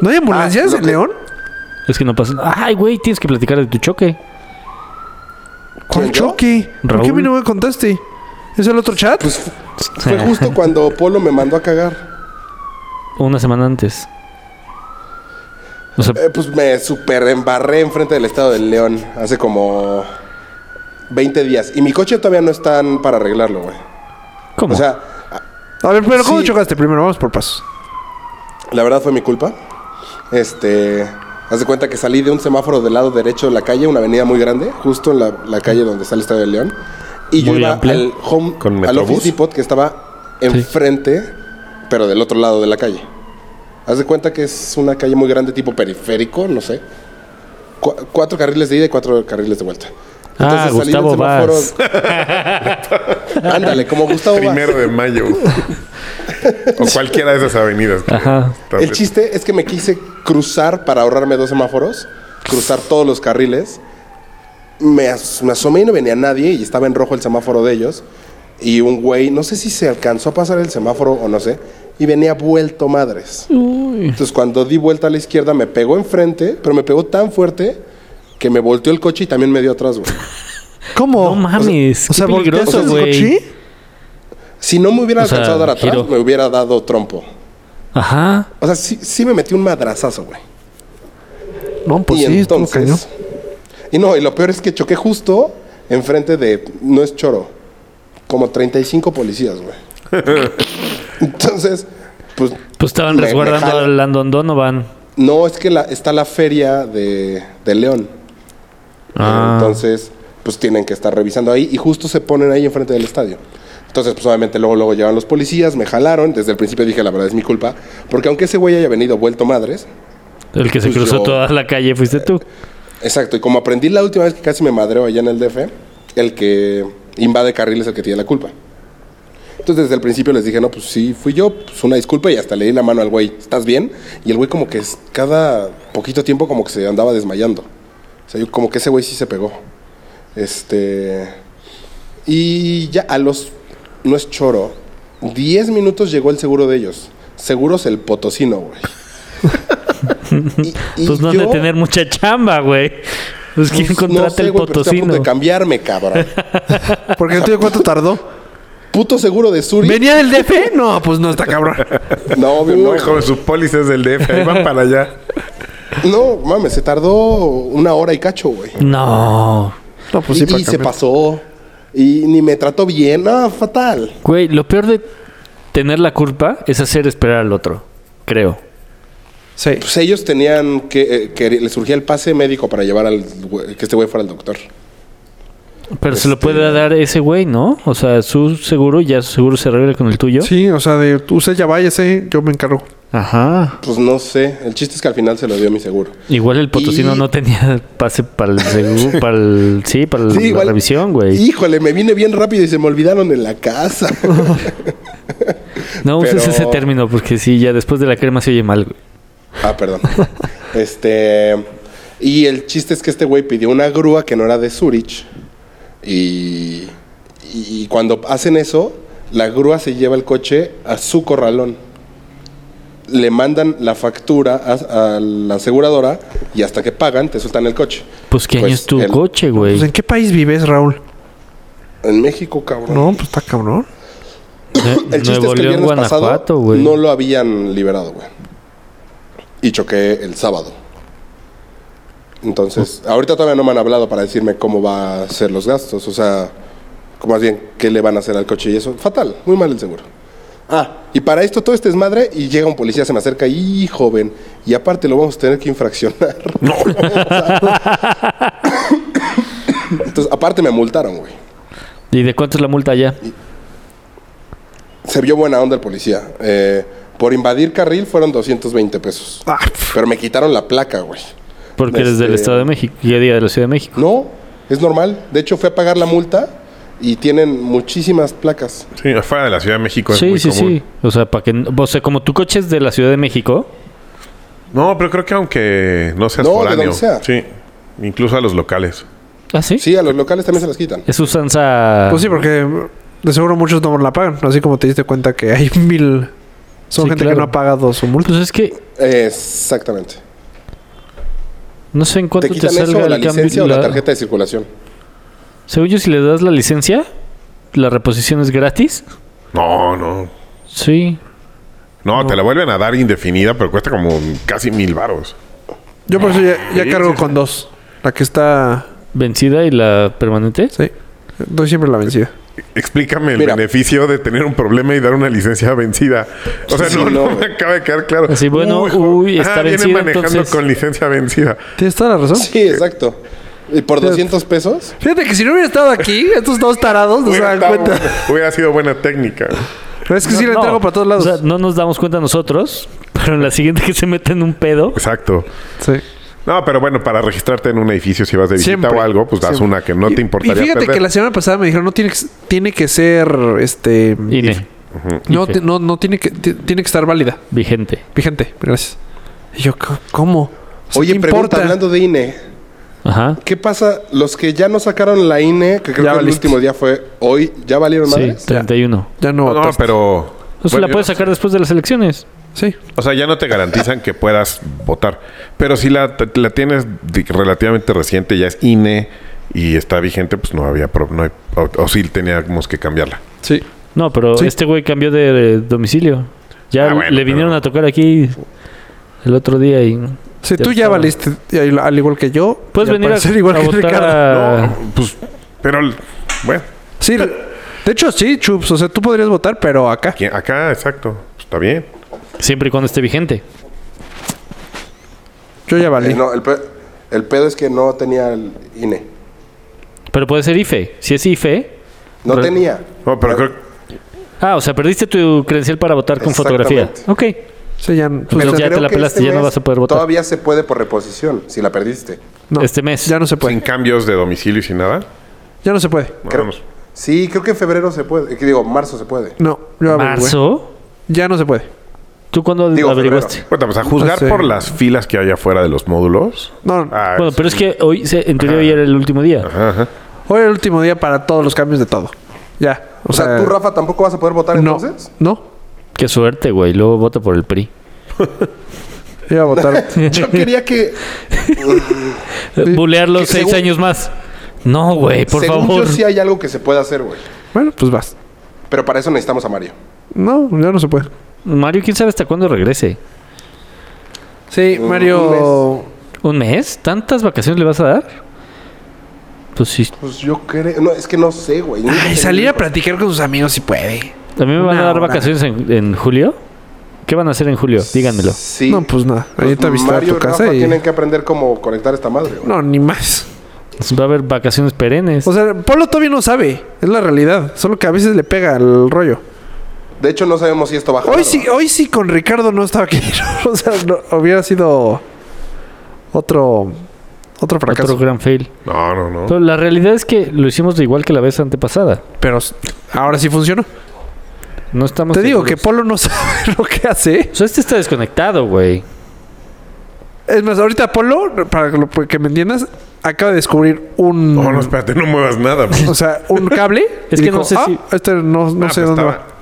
[SPEAKER 4] ¿No hay ambulancias
[SPEAKER 5] Ah, lo
[SPEAKER 4] en
[SPEAKER 5] que-
[SPEAKER 4] León?
[SPEAKER 3] Es que no pasa. Ay, güey, tienes que platicar de tu choque.
[SPEAKER 4] ¿Cuál
[SPEAKER 5] ¿Quién, yo?
[SPEAKER 4] choque? ¿Por qué a
[SPEAKER 3] Raúl.
[SPEAKER 4] mí no me contaste? ¿Es el otro chat?
[SPEAKER 3] <laughs>
[SPEAKER 5] Pues fue justo cuando Polo me mandó a cagar.
[SPEAKER 3] Una semana antes. O sea,
[SPEAKER 5] Eh, pues me super embarré enfrente del estado del León hace como 20 días. Y mi coche todavía no están para arreglarlo, güey.
[SPEAKER 3] ¿cómo?
[SPEAKER 5] O sea,
[SPEAKER 4] a ver, pero ¿cómo
[SPEAKER 5] sí.
[SPEAKER 4] chocaste primero? Vamos por pasos.
[SPEAKER 5] La verdad fue mi culpa. Este. Haz de cuenta que salí de un semáforo del lado derecho de la calle, una avenida muy grande, justo en la, la calle donde está el Estadio de León. Y yo
[SPEAKER 3] Muy
[SPEAKER 5] iba
[SPEAKER 3] amplia.
[SPEAKER 5] al home,
[SPEAKER 1] ¿Con
[SPEAKER 5] al
[SPEAKER 1] Metrobús?
[SPEAKER 5] office depot que estaba enfrente, pero del otro lado de la calle. Haz de cuenta que es una calle muy grande, tipo periférico, no sé. Cu- cuatro carriles de ida y cuatro carriles de vuelta.
[SPEAKER 3] ah,
[SPEAKER 5] salí del
[SPEAKER 3] Gustavo Vaz.
[SPEAKER 5] semáforo- <laughs> Ándale, como Gustavo Vaz.
[SPEAKER 1] Primero de
[SPEAKER 5] <laughs>
[SPEAKER 1] mayo. o cualquiera de esas avenidas. que-
[SPEAKER 3] Ajá.
[SPEAKER 1] tal
[SPEAKER 5] El
[SPEAKER 1] vez.
[SPEAKER 5] chiste es que me quise cruzar para ahorrarme dos semáforos, cruzar todos los carriles. Me, as- me asomé y no venía nadie y estaba en rojo el semáforo de ellos. Y un güey, no sé si se alcanzó a pasar el semáforo o no sé, y venía vuelto madres.
[SPEAKER 3] Mm. Uy.
[SPEAKER 5] Entonces cuando di vuelta a la izquierda me pegó enfrente, pero me pegó tan fuerte que me volteó el coche y también me dio atrás, güey.
[SPEAKER 4] ¿Cómo?
[SPEAKER 3] No mames.
[SPEAKER 4] O sea,
[SPEAKER 3] qué
[SPEAKER 4] ¿volteaste
[SPEAKER 3] peligroso,
[SPEAKER 4] el
[SPEAKER 3] güey.
[SPEAKER 4] coche?
[SPEAKER 5] Si no me hubiera
[SPEAKER 3] O sea,
[SPEAKER 5] alcanzado a dar atrás,
[SPEAKER 3] giro.
[SPEAKER 5] me hubiera dado trompo.
[SPEAKER 3] Ajá.
[SPEAKER 5] O sea, sí, sí me metí un madrazazo, güey.
[SPEAKER 4] No, pues
[SPEAKER 5] y
[SPEAKER 4] sí, estuvo cañón.
[SPEAKER 5] entonces. Y no, y lo peor es que choqué justo enfrente de. No es choro. Como 35 policías, güey. Entonces, pues.
[SPEAKER 3] Pues estaban
[SPEAKER 5] me- me
[SPEAKER 3] resguardando
[SPEAKER 5] jala-
[SPEAKER 3] al Landon Donovan.
[SPEAKER 5] No, es que la- está la feria de, de León.
[SPEAKER 3] Ah.
[SPEAKER 5] Entonces, pues tienen que estar revisando ahí. Y justo se ponen ahí enfrente del estadio. Entonces, pues obviamente luego, luego llevan los policías, me jalaron. Desde el principio dije, la verdad es mi culpa. Porque aunque ese güey haya venido vuelto madres,
[SPEAKER 3] El que se
[SPEAKER 5] Pues
[SPEAKER 3] cruzó
[SPEAKER 5] yo- Eh,
[SPEAKER 3] toda la calle fuiste tú.
[SPEAKER 5] Exacto, y como aprendí la última vez que casi me madreo allá en el DF, el que invade carril es el que tiene la culpa. Entonces desde el principio les dije, no, pues sí, fui yo, pues una disculpa y hasta le di la mano al güey, ¿estás bien? Y el güey como que es- cada poquito tiempo como que se andaba desmayando. O sea, yo como que ese güey sí se pegó. Este... Y ya a los... No es choro. 10 minutos llegó el seguro de ellos. Seguros el potosino, güey. Y- y
[SPEAKER 3] Pues no han de
[SPEAKER 5] yo-
[SPEAKER 3] tener mucha chamba, güey. Pues quién
[SPEAKER 5] pues,
[SPEAKER 3] contrata
[SPEAKER 5] sé,
[SPEAKER 3] el
[SPEAKER 5] güey, pero Estoy
[SPEAKER 3] potosino.
[SPEAKER 5] a punto de cambiarme,
[SPEAKER 3] <laughs>
[SPEAKER 5] cabrón.
[SPEAKER 4] Porque el tuyo cuánto tardó.
[SPEAKER 5] Puto seguro de Suri.
[SPEAKER 4] ¿Venía del DF? No, pues no está cabrón.
[SPEAKER 5] No, obvio,
[SPEAKER 1] Uy,
[SPEAKER 5] no.
[SPEAKER 1] con sus pólizas del DF. Ahí van para allá.
[SPEAKER 5] No, mames, se tardó una hora y cacho, güey.
[SPEAKER 3] No.
[SPEAKER 4] No, pues sí,
[SPEAKER 5] y
[SPEAKER 4] para
[SPEAKER 5] y se
[SPEAKER 4] cambiar.
[SPEAKER 5] pasó. Y ni me trató bien. No, fatal.
[SPEAKER 3] Güey, lo peor de tener la culpa es hacer esperar al otro. Creo.
[SPEAKER 4] Sí.
[SPEAKER 5] Pues ellos tenían que... eh, que le surgía el pase médico para llevar al... güey- que este güey fuera al doctor.
[SPEAKER 3] Pero se
[SPEAKER 5] Este
[SPEAKER 3] lo puede dar ese güey, ¿no? O sea, su seguro ya su seguro se arregla con el tuyo.
[SPEAKER 4] Sí, o sea, de usted ya váyase, yo me encargo.
[SPEAKER 3] Ajá.
[SPEAKER 5] Pues no sé. El chiste es que al final se lo dio mi seguro.
[SPEAKER 3] Igual el potosino
[SPEAKER 5] Y-
[SPEAKER 3] no tenía pase para el seguro, para el sí, para el-
[SPEAKER 5] Sí,
[SPEAKER 3] Pues la
[SPEAKER 5] igual.
[SPEAKER 3] revisión, güey.
[SPEAKER 5] Híjole, me vine bien rápido y se me olvidaron en la casa. <laughs>
[SPEAKER 3] No uses
[SPEAKER 5] pero-
[SPEAKER 3] ese término porque sí, ya después de la crema se oye mal, güey.
[SPEAKER 5] Ah, perdón. este. Y el chiste es que este güey pidió una grúa que no era de Zurich. Y, y cuando hacen eso, la grúa se lleva el coche a su corralón. Le mandan la factura a, a la aseguradora y hasta que pagan te sueltan el coche.
[SPEAKER 3] Pues qué año
[SPEAKER 5] Pues,
[SPEAKER 3] es tu
[SPEAKER 5] el-
[SPEAKER 3] coche, güey.
[SPEAKER 4] Pues, ¿en qué país vives, Raúl?
[SPEAKER 5] En México, cabrón.
[SPEAKER 4] No, pues está cabrón.
[SPEAKER 5] <laughs> El chiste
[SPEAKER 3] ¿Eh? Nuevo
[SPEAKER 5] es que el
[SPEAKER 3] León,
[SPEAKER 5] viernes pasado
[SPEAKER 3] Guanajuato, güey.
[SPEAKER 5] no lo habían liberado, güey. Y choqué el sábado. Entonces, ahorita todavía no me han hablado para decirme cómo va a ser los gastos. O sea, como más bien, qué le van a hacer al coche y eso. Fatal, muy mal el seguro. Ah, y para esto todo este es madre y llega un policía, se me acerca y joven. Y aparte lo vamos a tener que infraccionar. No. <laughs> <coughs> Entonces, aparte me multaron, güey.
[SPEAKER 3] ¿Y de cuánto es la multa ya?
[SPEAKER 5] Se vio buena onda el policía. Eh, por invadir carril fueron 220 pesos.
[SPEAKER 4] Ah, pf,
[SPEAKER 5] Pero me quitaron la placa, güey.
[SPEAKER 3] Porque eres del
[SPEAKER 5] Este-
[SPEAKER 3] Estado de México. Y día de la Ciudad de México.
[SPEAKER 5] No, es normal. De hecho, fui a pagar la multa y tienen muchísimas placas.
[SPEAKER 1] Sí, afuera de la Ciudad de México
[SPEAKER 5] pues,
[SPEAKER 1] es
[SPEAKER 3] Sí,
[SPEAKER 1] muy
[SPEAKER 3] sí,
[SPEAKER 1] común.
[SPEAKER 3] sí. O sea, para que, no- o sea, como tu coche es de la Ciudad de México,
[SPEAKER 1] No, pero creo que aunque no seas
[SPEAKER 5] No, de
[SPEAKER 1] foráneo.
[SPEAKER 5] donde sea.
[SPEAKER 1] Sí. Incluso a los locales.
[SPEAKER 3] ¿ah, sí?
[SPEAKER 5] Sí, a los locales también se las quitan.
[SPEAKER 3] Es usanza.
[SPEAKER 4] Pues sí, porque de seguro muchos no la pagan. Así como te diste cuenta que hay <laughs> mil. Son
[SPEAKER 3] Sí,
[SPEAKER 4] gente
[SPEAKER 3] claro.
[SPEAKER 4] que no ha pagado su multa.
[SPEAKER 3] Pues es que
[SPEAKER 5] Exactamente.
[SPEAKER 3] no sé en
[SPEAKER 5] Te
[SPEAKER 3] cuánto te,
[SPEAKER 5] quitan
[SPEAKER 3] salga
[SPEAKER 5] eso, o la
[SPEAKER 3] el cambio.
[SPEAKER 5] licencia o la
[SPEAKER 3] la-
[SPEAKER 5] tarjeta de circulación.
[SPEAKER 3] Según yo, si le das la licencia, la reposición es gratis.
[SPEAKER 1] No, no.
[SPEAKER 3] Sí.
[SPEAKER 1] No, te la vuelven a dar indefinida, pero cuesta como casi mil varos.
[SPEAKER 4] Yo por eso ya, ya
[SPEAKER 1] Sí,
[SPEAKER 4] cargo
[SPEAKER 1] sí, sí.
[SPEAKER 4] con dos. La que está.
[SPEAKER 3] Vencida y la permanente.
[SPEAKER 4] Sí. Doy siempre la vencida.
[SPEAKER 1] Explícame el
[SPEAKER 5] Mira.
[SPEAKER 1] beneficio de tener un problema y dar una licencia vencida. O sea,
[SPEAKER 5] Sí,
[SPEAKER 1] no,
[SPEAKER 5] no,
[SPEAKER 1] no, me
[SPEAKER 5] güey.
[SPEAKER 1] acaba de quedar claro.
[SPEAKER 3] Así, bueno,
[SPEAKER 1] jo-
[SPEAKER 3] uy,
[SPEAKER 1] ajá,
[SPEAKER 3] está
[SPEAKER 1] viene
[SPEAKER 3] vencida,
[SPEAKER 1] manejando
[SPEAKER 3] entonces.
[SPEAKER 1] con licencia vencida.
[SPEAKER 4] Tienes toda la razón.
[SPEAKER 5] Sí, exacto. ¿Y por 200 pesos?
[SPEAKER 4] Fíjate que si no hubiera estado aquí, <laughs> estos dos tarados no se
[SPEAKER 1] Hubiera,
[SPEAKER 4] dan
[SPEAKER 1] estado
[SPEAKER 4] cuenta.
[SPEAKER 1] buena- hubiera sido buena técnica.
[SPEAKER 4] Pero es que sí
[SPEAKER 3] No,
[SPEAKER 4] le entrego
[SPEAKER 3] no.
[SPEAKER 4] para todos lados.
[SPEAKER 3] O sea, no nos damos cuenta nosotros, pero en la siguiente que se mete en un pedo.
[SPEAKER 1] Exacto.
[SPEAKER 4] sí.
[SPEAKER 1] No, pero bueno, para registrarte en un edificio, si vas de visita
[SPEAKER 4] Siempre.
[SPEAKER 1] o algo, pues das
[SPEAKER 4] Siempre.
[SPEAKER 1] una que no te importaría
[SPEAKER 4] Y fíjate
[SPEAKER 1] perder.
[SPEAKER 4] que la semana pasada me dijeron, no tiene que, s- tiene que ser, este...
[SPEAKER 3] INE.
[SPEAKER 4] if- No,
[SPEAKER 3] Ife.
[SPEAKER 4] ti- no, no tiene que, ti- tiene que estar válida,
[SPEAKER 3] Vigente.
[SPEAKER 4] vigente, gracias. Y yo, "C- ¿cómo? O sea,
[SPEAKER 5] Oye,
[SPEAKER 4] ¿qué
[SPEAKER 5] pregunta hablando de INE.
[SPEAKER 3] Ajá.
[SPEAKER 5] ¿Qué pasa? Los que ya no sacaron la INE, que creo
[SPEAKER 4] Ya
[SPEAKER 5] que el
[SPEAKER 4] valiste.
[SPEAKER 5] último día fue hoy, ¿ya valieron
[SPEAKER 3] Sí,
[SPEAKER 5] madres?
[SPEAKER 3] 31.
[SPEAKER 4] Ya no,
[SPEAKER 1] No, no,
[SPEAKER 4] votaste.
[SPEAKER 1] pero...
[SPEAKER 3] O sea,
[SPEAKER 1] bueno,
[SPEAKER 3] pues, la puedes
[SPEAKER 1] yo-
[SPEAKER 3] sacar después de las elecciones.
[SPEAKER 4] Sí.
[SPEAKER 1] O sea, ya no te garantizan que puedas votar. Pero si la, te- la tienes de- relativamente reciente, ya es INE y está vigente, pues no había... pro- no hay- o, o sí teníamos que cambiarla.
[SPEAKER 4] Sí.
[SPEAKER 3] No, pero
[SPEAKER 4] Sí.
[SPEAKER 3] este güey cambió de, eh, domicilio. Ya
[SPEAKER 1] Ah, bueno,
[SPEAKER 3] le vinieron
[SPEAKER 1] pero-
[SPEAKER 3] a tocar aquí el otro día y.
[SPEAKER 4] Sí,
[SPEAKER 3] Ya
[SPEAKER 4] tú ya
[SPEAKER 3] estaba.
[SPEAKER 4] valiste, y al al igual que yo.
[SPEAKER 3] Puedes
[SPEAKER 4] y al
[SPEAKER 3] venir a,
[SPEAKER 4] parecer
[SPEAKER 3] a votar a-
[SPEAKER 1] No, pues... Pero, bueno,
[SPEAKER 4] Sí, de hecho sí, Chups, o sea, tú podrías votar, pero acá.
[SPEAKER 1] aquí- acá, exacto. Está bien.
[SPEAKER 3] siempre y cuando esté vigente.
[SPEAKER 4] Yo ya
[SPEAKER 5] Eh,
[SPEAKER 4] valí.
[SPEAKER 5] no, el, pe- el pedo es que no tenía el INE.
[SPEAKER 3] Pero puede ser IFE. Si es IFE.
[SPEAKER 5] No
[SPEAKER 3] Re-
[SPEAKER 5] tenía.
[SPEAKER 1] No, pero creo
[SPEAKER 3] Ah, o sea, perdiste tu credencial para votar con fotografía.
[SPEAKER 5] Exactamente.
[SPEAKER 3] Ok.
[SPEAKER 4] Sí, ya, pues,
[SPEAKER 3] Pero
[SPEAKER 4] ya-
[SPEAKER 3] ya te
[SPEAKER 5] creo
[SPEAKER 3] la
[SPEAKER 5] que este
[SPEAKER 3] pelaste, ya no
[SPEAKER 5] mes
[SPEAKER 3] vas a poder votar.
[SPEAKER 5] Todavía se puede por reposición, si la perdiste.
[SPEAKER 4] no,
[SPEAKER 3] Este mes.
[SPEAKER 4] Ya no se
[SPEAKER 1] sin
[SPEAKER 4] puede.
[SPEAKER 1] cambios de domicilio y sin nada.
[SPEAKER 4] Ya no se puede.
[SPEAKER 5] Creo-
[SPEAKER 1] Vamos.
[SPEAKER 5] Sí, creo que en febrero se puede. Eh, que Digo, marzo se puede.
[SPEAKER 4] No, yo averigüé.
[SPEAKER 3] ¿Marzo?
[SPEAKER 4] Ya no se puede.
[SPEAKER 3] ¿Tú cuándo
[SPEAKER 5] Digo,
[SPEAKER 3] averiguaste?
[SPEAKER 1] Bueno, pues a juzgar
[SPEAKER 4] Ah, sí.
[SPEAKER 1] por las filas que hay afuera de los módulos.
[SPEAKER 4] No,
[SPEAKER 1] ah,
[SPEAKER 3] Bueno, pero es que hoy, se, en teoría, hoy era el último día.
[SPEAKER 1] ajá, ajá.
[SPEAKER 4] Hoy es el último día para todos los cambios de todo. Ya. O,
[SPEAKER 5] O sea, tú, Rafa, tampoco vas a poder votar
[SPEAKER 4] no, <laughs>
[SPEAKER 5] entonces.
[SPEAKER 4] no.
[SPEAKER 3] Qué suerte, güey. Luego vota por el PRI.
[SPEAKER 4] Iba a
[SPEAKER 5] <laughs>
[SPEAKER 4] votar.
[SPEAKER 5] Yo quería que.
[SPEAKER 3] Eh, Bulearlos
[SPEAKER 5] que
[SPEAKER 3] seis
[SPEAKER 5] según-
[SPEAKER 3] años más. No, güey, por
[SPEAKER 5] según
[SPEAKER 3] favor.
[SPEAKER 5] yo, sí hay algo que se puede hacer, güey.
[SPEAKER 4] bueno, pues vas.
[SPEAKER 5] Pero para eso necesitamos a Mario.
[SPEAKER 4] No, ya no se puede.
[SPEAKER 3] Mario, quién sabe hasta cuándo regrese.
[SPEAKER 4] Sí,
[SPEAKER 5] Un
[SPEAKER 4] Mario.
[SPEAKER 3] ¿Un mes? ¿Tantas vacaciones le vas a dar? Pues sí.
[SPEAKER 5] Pues yo creo. No, es que no sé, güey. Nunca
[SPEAKER 4] Ay,
[SPEAKER 5] tenía
[SPEAKER 4] salir a
[SPEAKER 5] hijos.
[SPEAKER 4] platicar con sus amigos si puede.
[SPEAKER 3] ¿A mí me van a
[SPEAKER 4] Una
[SPEAKER 3] dar
[SPEAKER 4] hora.
[SPEAKER 3] vacaciones en, en julio? ¿Qué van a hacer en julio? Díganmelo.
[SPEAKER 5] Sí.
[SPEAKER 4] No, pues nada. Ahí te avistará
[SPEAKER 5] Mario
[SPEAKER 4] tu
[SPEAKER 5] y
[SPEAKER 4] casa
[SPEAKER 5] Rafa
[SPEAKER 4] y.
[SPEAKER 5] tienen que aprender cómo conectar esta madre, güey.
[SPEAKER 4] No, ni más.
[SPEAKER 3] Va a haber vacaciones perennes.
[SPEAKER 4] O sea, Pablo todavía no sabe. Es la realidad. Solo que a veces le pega el rollo.
[SPEAKER 5] De hecho, no sabemos si esto va a
[SPEAKER 4] Hoy
[SPEAKER 5] jalar,
[SPEAKER 4] sí,
[SPEAKER 5] ¿no?
[SPEAKER 4] hoy sí con Ricardo no estaba aquí. <laughs> o sea, no- hubiera sido otro. Otro fracaso.
[SPEAKER 3] Otro gran fail.
[SPEAKER 1] No, no, no.
[SPEAKER 3] Pero la realidad es que lo hicimos de igual que la vez antepasada.
[SPEAKER 4] Pero ahora sí funcionó.
[SPEAKER 3] No estamos.
[SPEAKER 4] Te digo que
[SPEAKER 3] seguros.
[SPEAKER 4] Polo no <laughs> sabe lo que hace.
[SPEAKER 3] O sea, este está desconectado, güey.
[SPEAKER 4] Es más, ahorita Polo, para que, lo- para que me entiendas, acaba de descubrir un.
[SPEAKER 1] No, no, espérate, no muevas nada. pues.
[SPEAKER 4] O sea, un cable.
[SPEAKER 3] <laughs> Es
[SPEAKER 4] y
[SPEAKER 3] que no sé si-
[SPEAKER 4] "Ah, Este no, <laughs> no
[SPEAKER 1] Ah,
[SPEAKER 4] sé
[SPEAKER 1] pues
[SPEAKER 4] dónde
[SPEAKER 1] estaba-
[SPEAKER 4] va.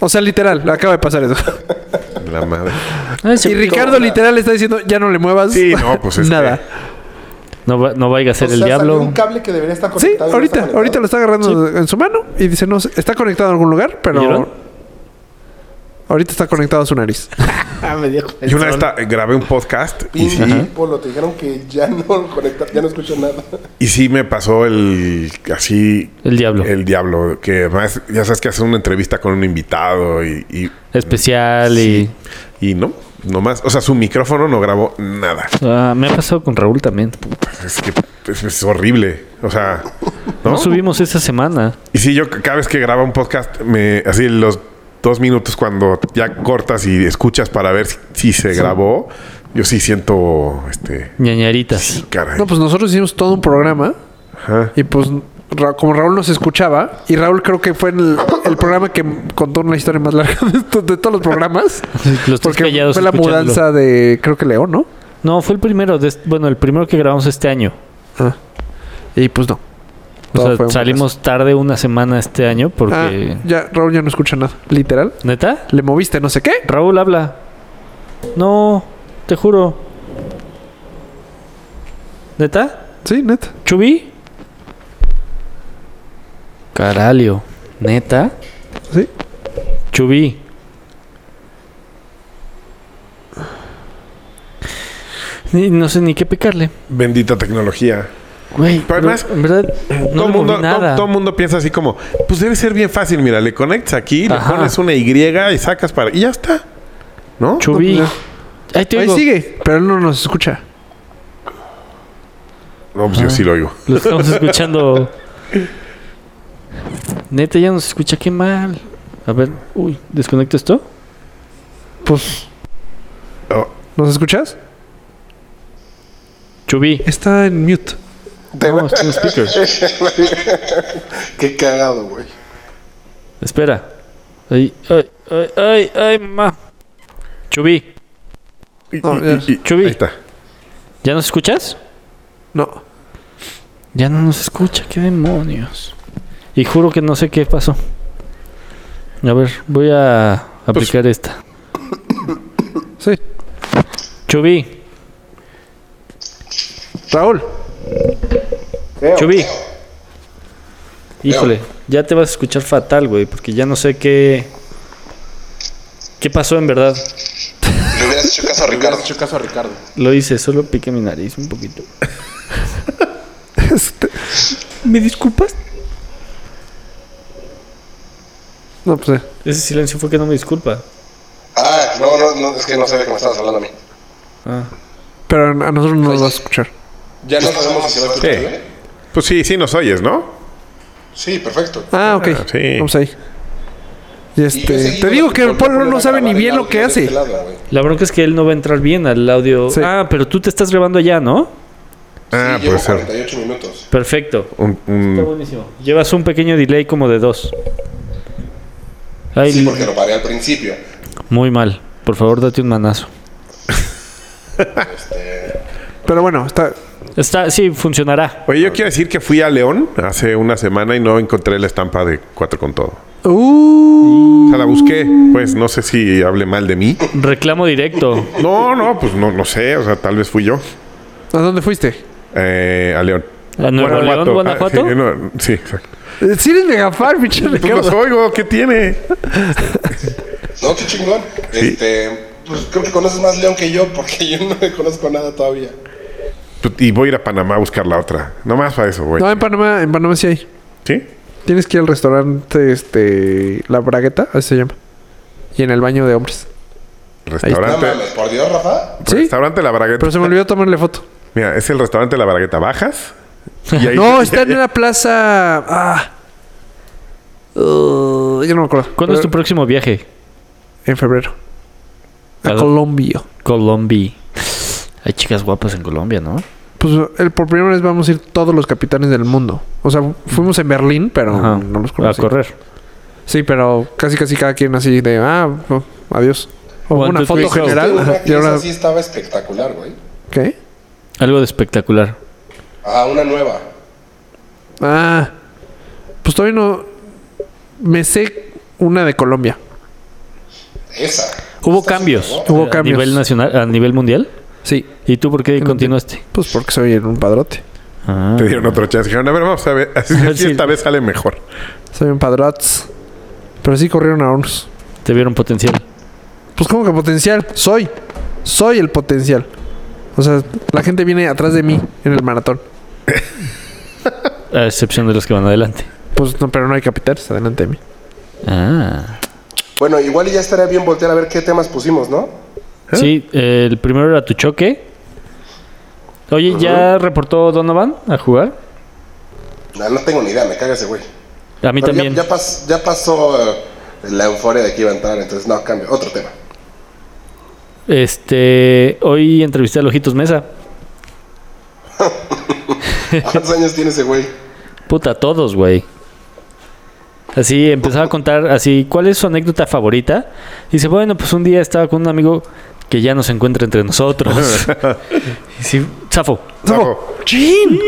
[SPEAKER 4] O sea, literal, le acaba de pasar eso.
[SPEAKER 1] La madre.
[SPEAKER 3] Ay,
[SPEAKER 4] y
[SPEAKER 3] se-
[SPEAKER 4] Ricardo literal le está diciendo, ya no le muevas.
[SPEAKER 1] Sí, no, pues es que-
[SPEAKER 4] Nada.
[SPEAKER 3] No, va- no vaya a ser
[SPEAKER 5] O sea,
[SPEAKER 3] el
[SPEAKER 5] salió
[SPEAKER 3] diablo.
[SPEAKER 5] un cable que debería estar
[SPEAKER 4] Sí,
[SPEAKER 5] conectado. y no
[SPEAKER 4] ahorita,
[SPEAKER 5] está
[SPEAKER 4] ahorita
[SPEAKER 5] conectado.
[SPEAKER 4] lo está agarrando en su mano y dice, no, sé, está conectado a algún lugar,
[SPEAKER 3] ¿Oyeron?
[SPEAKER 4] pero. Ahorita está conectado a su nariz.
[SPEAKER 1] Yo una vez ta- grabé un podcast y
[SPEAKER 5] Pinche
[SPEAKER 1] sí,
[SPEAKER 5] Polo, te dijeron que ya no <laughs> conecta, ya no escucho nada.
[SPEAKER 1] y sí me pasó el así
[SPEAKER 3] El diablo.
[SPEAKER 1] el diablo que más ya sabes que haces una entrevista con un invitado y, y,
[SPEAKER 3] Especial
[SPEAKER 1] y no nomás o sea su micrófono no grabó nada Pues,
[SPEAKER 3] y. Ah, me ha pasado con Raúl también.
[SPEAKER 1] es que es, es horrible o sea
[SPEAKER 3] No
[SPEAKER 1] ¿no?
[SPEAKER 3] subimos esta semana.
[SPEAKER 1] y sí yo c- cada vez que grabo un podcast me así los dos minutos cuando ya cortas y escuchas para ver si, si se grabó, yo sí siento, este,
[SPEAKER 3] ñañaritas.
[SPEAKER 1] sí, caray.
[SPEAKER 4] No, pues nosotros hicimos todo un programa
[SPEAKER 1] Ajá.
[SPEAKER 4] y pues Ra- como Raúl nos escuchaba y Raúl creo que fue el, el programa que contó una historia más larga <laughs> de, to- de todos los programas.
[SPEAKER 3] <laughs> Los tres
[SPEAKER 4] Porque
[SPEAKER 3] callados
[SPEAKER 4] fue la
[SPEAKER 3] escuchándolo.
[SPEAKER 4] mudanza de creo que León, ¿no?
[SPEAKER 3] No, fue el primero. de est- bueno, el primero que grabamos este año.
[SPEAKER 4] Ah. Y pues no.
[SPEAKER 3] O
[SPEAKER 4] Todo fue
[SPEAKER 3] sea,
[SPEAKER 4] un
[SPEAKER 3] salimos tarde una semana este año
[SPEAKER 4] Ah,
[SPEAKER 3] porque...
[SPEAKER 4] ya Raúl ya no escucha nada. Literal.
[SPEAKER 3] ¿Neta?
[SPEAKER 4] Le moviste no sé qué.
[SPEAKER 3] Raúl habla. No, te juro. ¿Neta?
[SPEAKER 4] Sí, neta.
[SPEAKER 3] ¿Chubi? Caralio. ¿Neta?
[SPEAKER 4] Sí.
[SPEAKER 3] Chubi. Ni- no sé ni qué picarle.
[SPEAKER 1] Bendita tecnología.
[SPEAKER 3] Güey,
[SPEAKER 1] Pero además,
[SPEAKER 3] en verdad, no
[SPEAKER 1] todo
[SPEAKER 3] le
[SPEAKER 1] el
[SPEAKER 3] moví
[SPEAKER 1] mundo, todo-
[SPEAKER 3] nada.
[SPEAKER 1] todo mundo piensa así como, pues debe ser bien fácil, mira, le conectas aquí,
[SPEAKER 3] Ajá.
[SPEAKER 1] le pones una Y y sacas para... Y ya está. ¿No?
[SPEAKER 3] Chubi.
[SPEAKER 4] No,
[SPEAKER 3] Ahí te
[SPEAKER 4] Ahí
[SPEAKER 3] oigo.
[SPEAKER 4] sigue, pero él no nos escucha.
[SPEAKER 1] No, pues yo sí lo oigo.
[SPEAKER 3] Lo estamos <laughs> escuchando. Neta, ya nos escucha, qué mal. A ver, uy, ¿desconecto esto?
[SPEAKER 4] Pues,
[SPEAKER 1] Oh,
[SPEAKER 4] ¿nos escuchas?
[SPEAKER 3] Chubi.
[SPEAKER 4] Está en mute.
[SPEAKER 3] No, está en speaker.
[SPEAKER 5] <laughs> Qué cagado, güey.
[SPEAKER 3] Espera. Ay, ay, ay, ay, ay, mamá. Chubi,
[SPEAKER 1] y-
[SPEAKER 4] No,
[SPEAKER 1] y-
[SPEAKER 4] ya.
[SPEAKER 1] y-
[SPEAKER 3] Chubi.
[SPEAKER 1] ahí está.
[SPEAKER 3] ¿ya nos escuchas?
[SPEAKER 4] No.
[SPEAKER 3] Ya no nos escucha, qué demonios. Y juro que no sé qué pasó. A ver, voy a aplicar esta.
[SPEAKER 4] Sí.
[SPEAKER 3] Chubi,
[SPEAKER 4] Raúl.
[SPEAKER 3] Chubi. Híjole, ya te vas a escuchar fatal, güey, porque ya no sé qué. ¿Qué pasó en verdad?
[SPEAKER 6] Le hubieras hecho caso a
[SPEAKER 5] Le hubieras
[SPEAKER 6] Ricardo.
[SPEAKER 5] hecho caso a Ricardo.
[SPEAKER 3] Lo hice, solo piqué mi nariz un poquito.
[SPEAKER 4] <laughs> Este,
[SPEAKER 3] ¿Me disculpas?
[SPEAKER 4] No, pues eh.
[SPEAKER 3] Ese silencio fue que no me disculpa.
[SPEAKER 6] Ah, no, no, no, es que no sabía que me estabas hablando a mí.
[SPEAKER 3] Ah.
[SPEAKER 4] Pero a nosotros no nos va a escuchar.
[SPEAKER 5] Ya no sabemos si se va a escuchar.
[SPEAKER 1] Eh, Pues sí, sí nos oyes, ¿no?
[SPEAKER 6] Sí, perfecto.
[SPEAKER 4] Ah, ok.
[SPEAKER 1] sí.
[SPEAKER 4] Vamos ahí. Y
[SPEAKER 5] Y yo
[SPEAKER 4] este,
[SPEAKER 5] seguí
[SPEAKER 4] te digo
[SPEAKER 5] con-
[SPEAKER 4] que el
[SPEAKER 5] con-
[SPEAKER 4] pueblo
[SPEAKER 5] con-
[SPEAKER 4] no sabe ni
[SPEAKER 5] grabar
[SPEAKER 4] bien
[SPEAKER 5] el
[SPEAKER 4] lo que
[SPEAKER 5] audio de
[SPEAKER 4] hace.
[SPEAKER 5] este lado, güey.
[SPEAKER 3] La bronca es que él no va a entrar bien al audio.
[SPEAKER 4] Sí.
[SPEAKER 3] Ah, pero tú te estás grabando allá, ¿no?
[SPEAKER 1] Ah, puede
[SPEAKER 6] sí, llevo
[SPEAKER 1] ser.
[SPEAKER 6] 48 minutos.
[SPEAKER 3] Perfecto.
[SPEAKER 1] Un-
[SPEAKER 3] Está
[SPEAKER 1] un-
[SPEAKER 3] buenísimo. Llevas un pequeño delay como de dos. Ay,
[SPEAKER 6] Sí, porque lo paré al principio.
[SPEAKER 3] Muy mal. Por favor, date un manazo.
[SPEAKER 4] Pero bueno, está.
[SPEAKER 3] Está, sí, funcionará.
[SPEAKER 1] Oye, yo quiero decir que fui a León hace una semana y no encontré la estampa de Cuatro con Todo.
[SPEAKER 4] Uh,
[SPEAKER 1] O sea, la busqué. Pues no sé si hable mal de mí.
[SPEAKER 3] Reclamo directo.
[SPEAKER 1] No, no, pues no, no sé. O sea, tal vez fui yo
[SPEAKER 4] ¿A dónde fuiste?
[SPEAKER 1] eh, a León.
[SPEAKER 3] ¿A Nuevo León, Guanajuato?
[SPEAKER 1] Ah, sí, no, sí, exacto.
[SPEAKER 4] Eh, Sí, eres megafar, <laughs> pinche
[SPEAKER 1] Pues los
[SPEAKER 4] Ricardo.
[SPEAKER 1] oigo, ¿qué tiene?
[SPEAKER 6] No, qué chingón. Este, pues creo que conoces más León que yo porque yo no le conozco nada todavía.
[SPEAKER 1] Pues, Y voy a ir a Panamá a buscar la otra. Nomás para eso, güey.
[SPEAKER 4] No, en Panamá, en Panamá sí hay.
[SPEAKER 1] ¿Sí?
[SPEAKER 4] Tienes que ir al restaurante, este, La Bragueta, así se llama. Y en el baño de hombres.
[SPEAKER 6] No
[SPEAKER 1] Restaurante,
[SPEAKER 6] mames, por Dios, Rafa.
[SPEAKER 4] Sí,
[SPEAKER 1] restaurante La Bragueta.
[SPEAKER 4] pero se me olvidó tomarle foto.
[SPEAKER 1] Mira, es el restaurante La Bragueta. Bajas. Y ahí-
[SPEAKER 4] <laughs> No,
[SPEAKER 1] <laughs>
[SPEAKER 4] está en la plaza. Ah. Uh, yo no me acuerdo.
[SPEAKER 3] ¿Cuándo es tu próximo viaje?
[SPEAKER 4] En febrero. A
[SPEAKER 3] ¿A dó-
[SPEAKER 4] Colombia.
[SPEAKER 3] Colombia. Hay chicas guapas en Colombia, ¿no?
[SPEAKER 4] Pues el, por primera vez vamos a ir todos los capitanes del mundo. O sea, fuimos en Berlín, pero
[SPEAKER 3] Ajá.
[SPEAKER 4] no los
[SPEAKER 3] A
[SPEAKER 4] conocí.
[SPEAKER 3] correr.
[SPEAKER 4] Sí, pero casi casi cada quien así de, ah, no, adiós. O
[SPEAKER 3] One,
[SPEAKER 4] una
[SPEAKER 3] two,
[SPEAKER 4] foto
[SPEAKER 3] three, go.
[SPEAKER 4] general.
[SPEAKER 6] Una
[SPEAKER 4] ajá,
[SPEAKER 6] que
[SPEAKER 4] y ahora-
[SPEAKER 6] esa sí estaba espectacular, güey.
[SPEAKER 4] ¿Qué?
[SPEAKER 3] Algo de espectacular.
[SPEAKER 6] Ah, una nueva.
[SPEAKER 4] Ah. Pues todavía no... Me sé una de Colombia.
[SPEAKER 6] Esa.
[SPEAKER 3] Hubo
[SPEAKER 6] Esta sí
[SPEAKER 3] cambios.
[SPEAKER 6] me
[SPEAKER 4] Hubo
[SPEAKER 3] a
[SPEAKER 4] cambios.
[SPEAKER 3] nivel nacional, a nivel mundial.
[SPEAKER 4] Sí.
[SPEAKER 3] ¿Y tú por qué
[SPEAKER 4] no
[SPEAKER 3] continuaste?
[SPEAKER 4] Pues porque soy un padrote.
[SPEAKER 3] Ah.
[SPEAKER 1] Te dieron otro chance. Dijeron, a ver, vamos a ver. <laughs> Así
[SPEAKER 3] Ah,
[SPEAKER 1] si
[SPEAKER 3] sí.
[SPEAKER 1] esta vez sale
[SPEAKER 4] <laughs>
[SPEAKER 1] mejor.
[SPEAKER 4] Soy un padrots. Pero sí corrieron a unos.
[SPEAKER 3] Te vieron potencial.
[SPEAKER 4] Pues como que potencial. Soy. Soy el potencial. O sea, la gente viene atrás de mí en el maratón.
[SPEAKER 3] A excepción de los que van adelante.
[SPEAKER 4] Pues no, pero no hay capitales adelante de mí.
[SPEAKER 3] Ah.
[SPEAKER 6] Bueno, igual ya estaría bien voltear a ver qué temas pusimos, ¿no?
[SPEAKER 3] Sí, eh, el primero era tu choque. Oye, ¿ya reportó Donovan a jugar?
[SPEAKER 5] Ah,
[SPEAKER 6] No, no tengo ni idea, me caga ese güey.
[SPEAKER 3] A mí
[SPEAKER 6] Pero ya-
[SPEAKER 3] también.
[SPEAKER 6] Ya, pas- ya pasó eh,
[SPEAKER 5] la euforia de que iba a entrar. Entonces, no, cambio. Otro
[SPEAKER 3] <laughs>
[SPEAKER 5] tema.
[SPEAKER 3] Este, hoy entrevisté a Lojitos Mesa.
[SPEAKER 5] ¿Cuántos años tiene ese güey?
[SPEAKER 3] Puta, todos, güey. Así empezaba a contar, así, ¿cuál es su anécdota favorita? Dice, bueno, pues un día estaba con un amigo que ya nos encuentra entre
[SPEAKER 1] <laughs>
[SPEAKER 3] nosotros. y sí, zafo.
[SPEAKER 1] Zafo.
[SPEAKER 3] ¡Chin!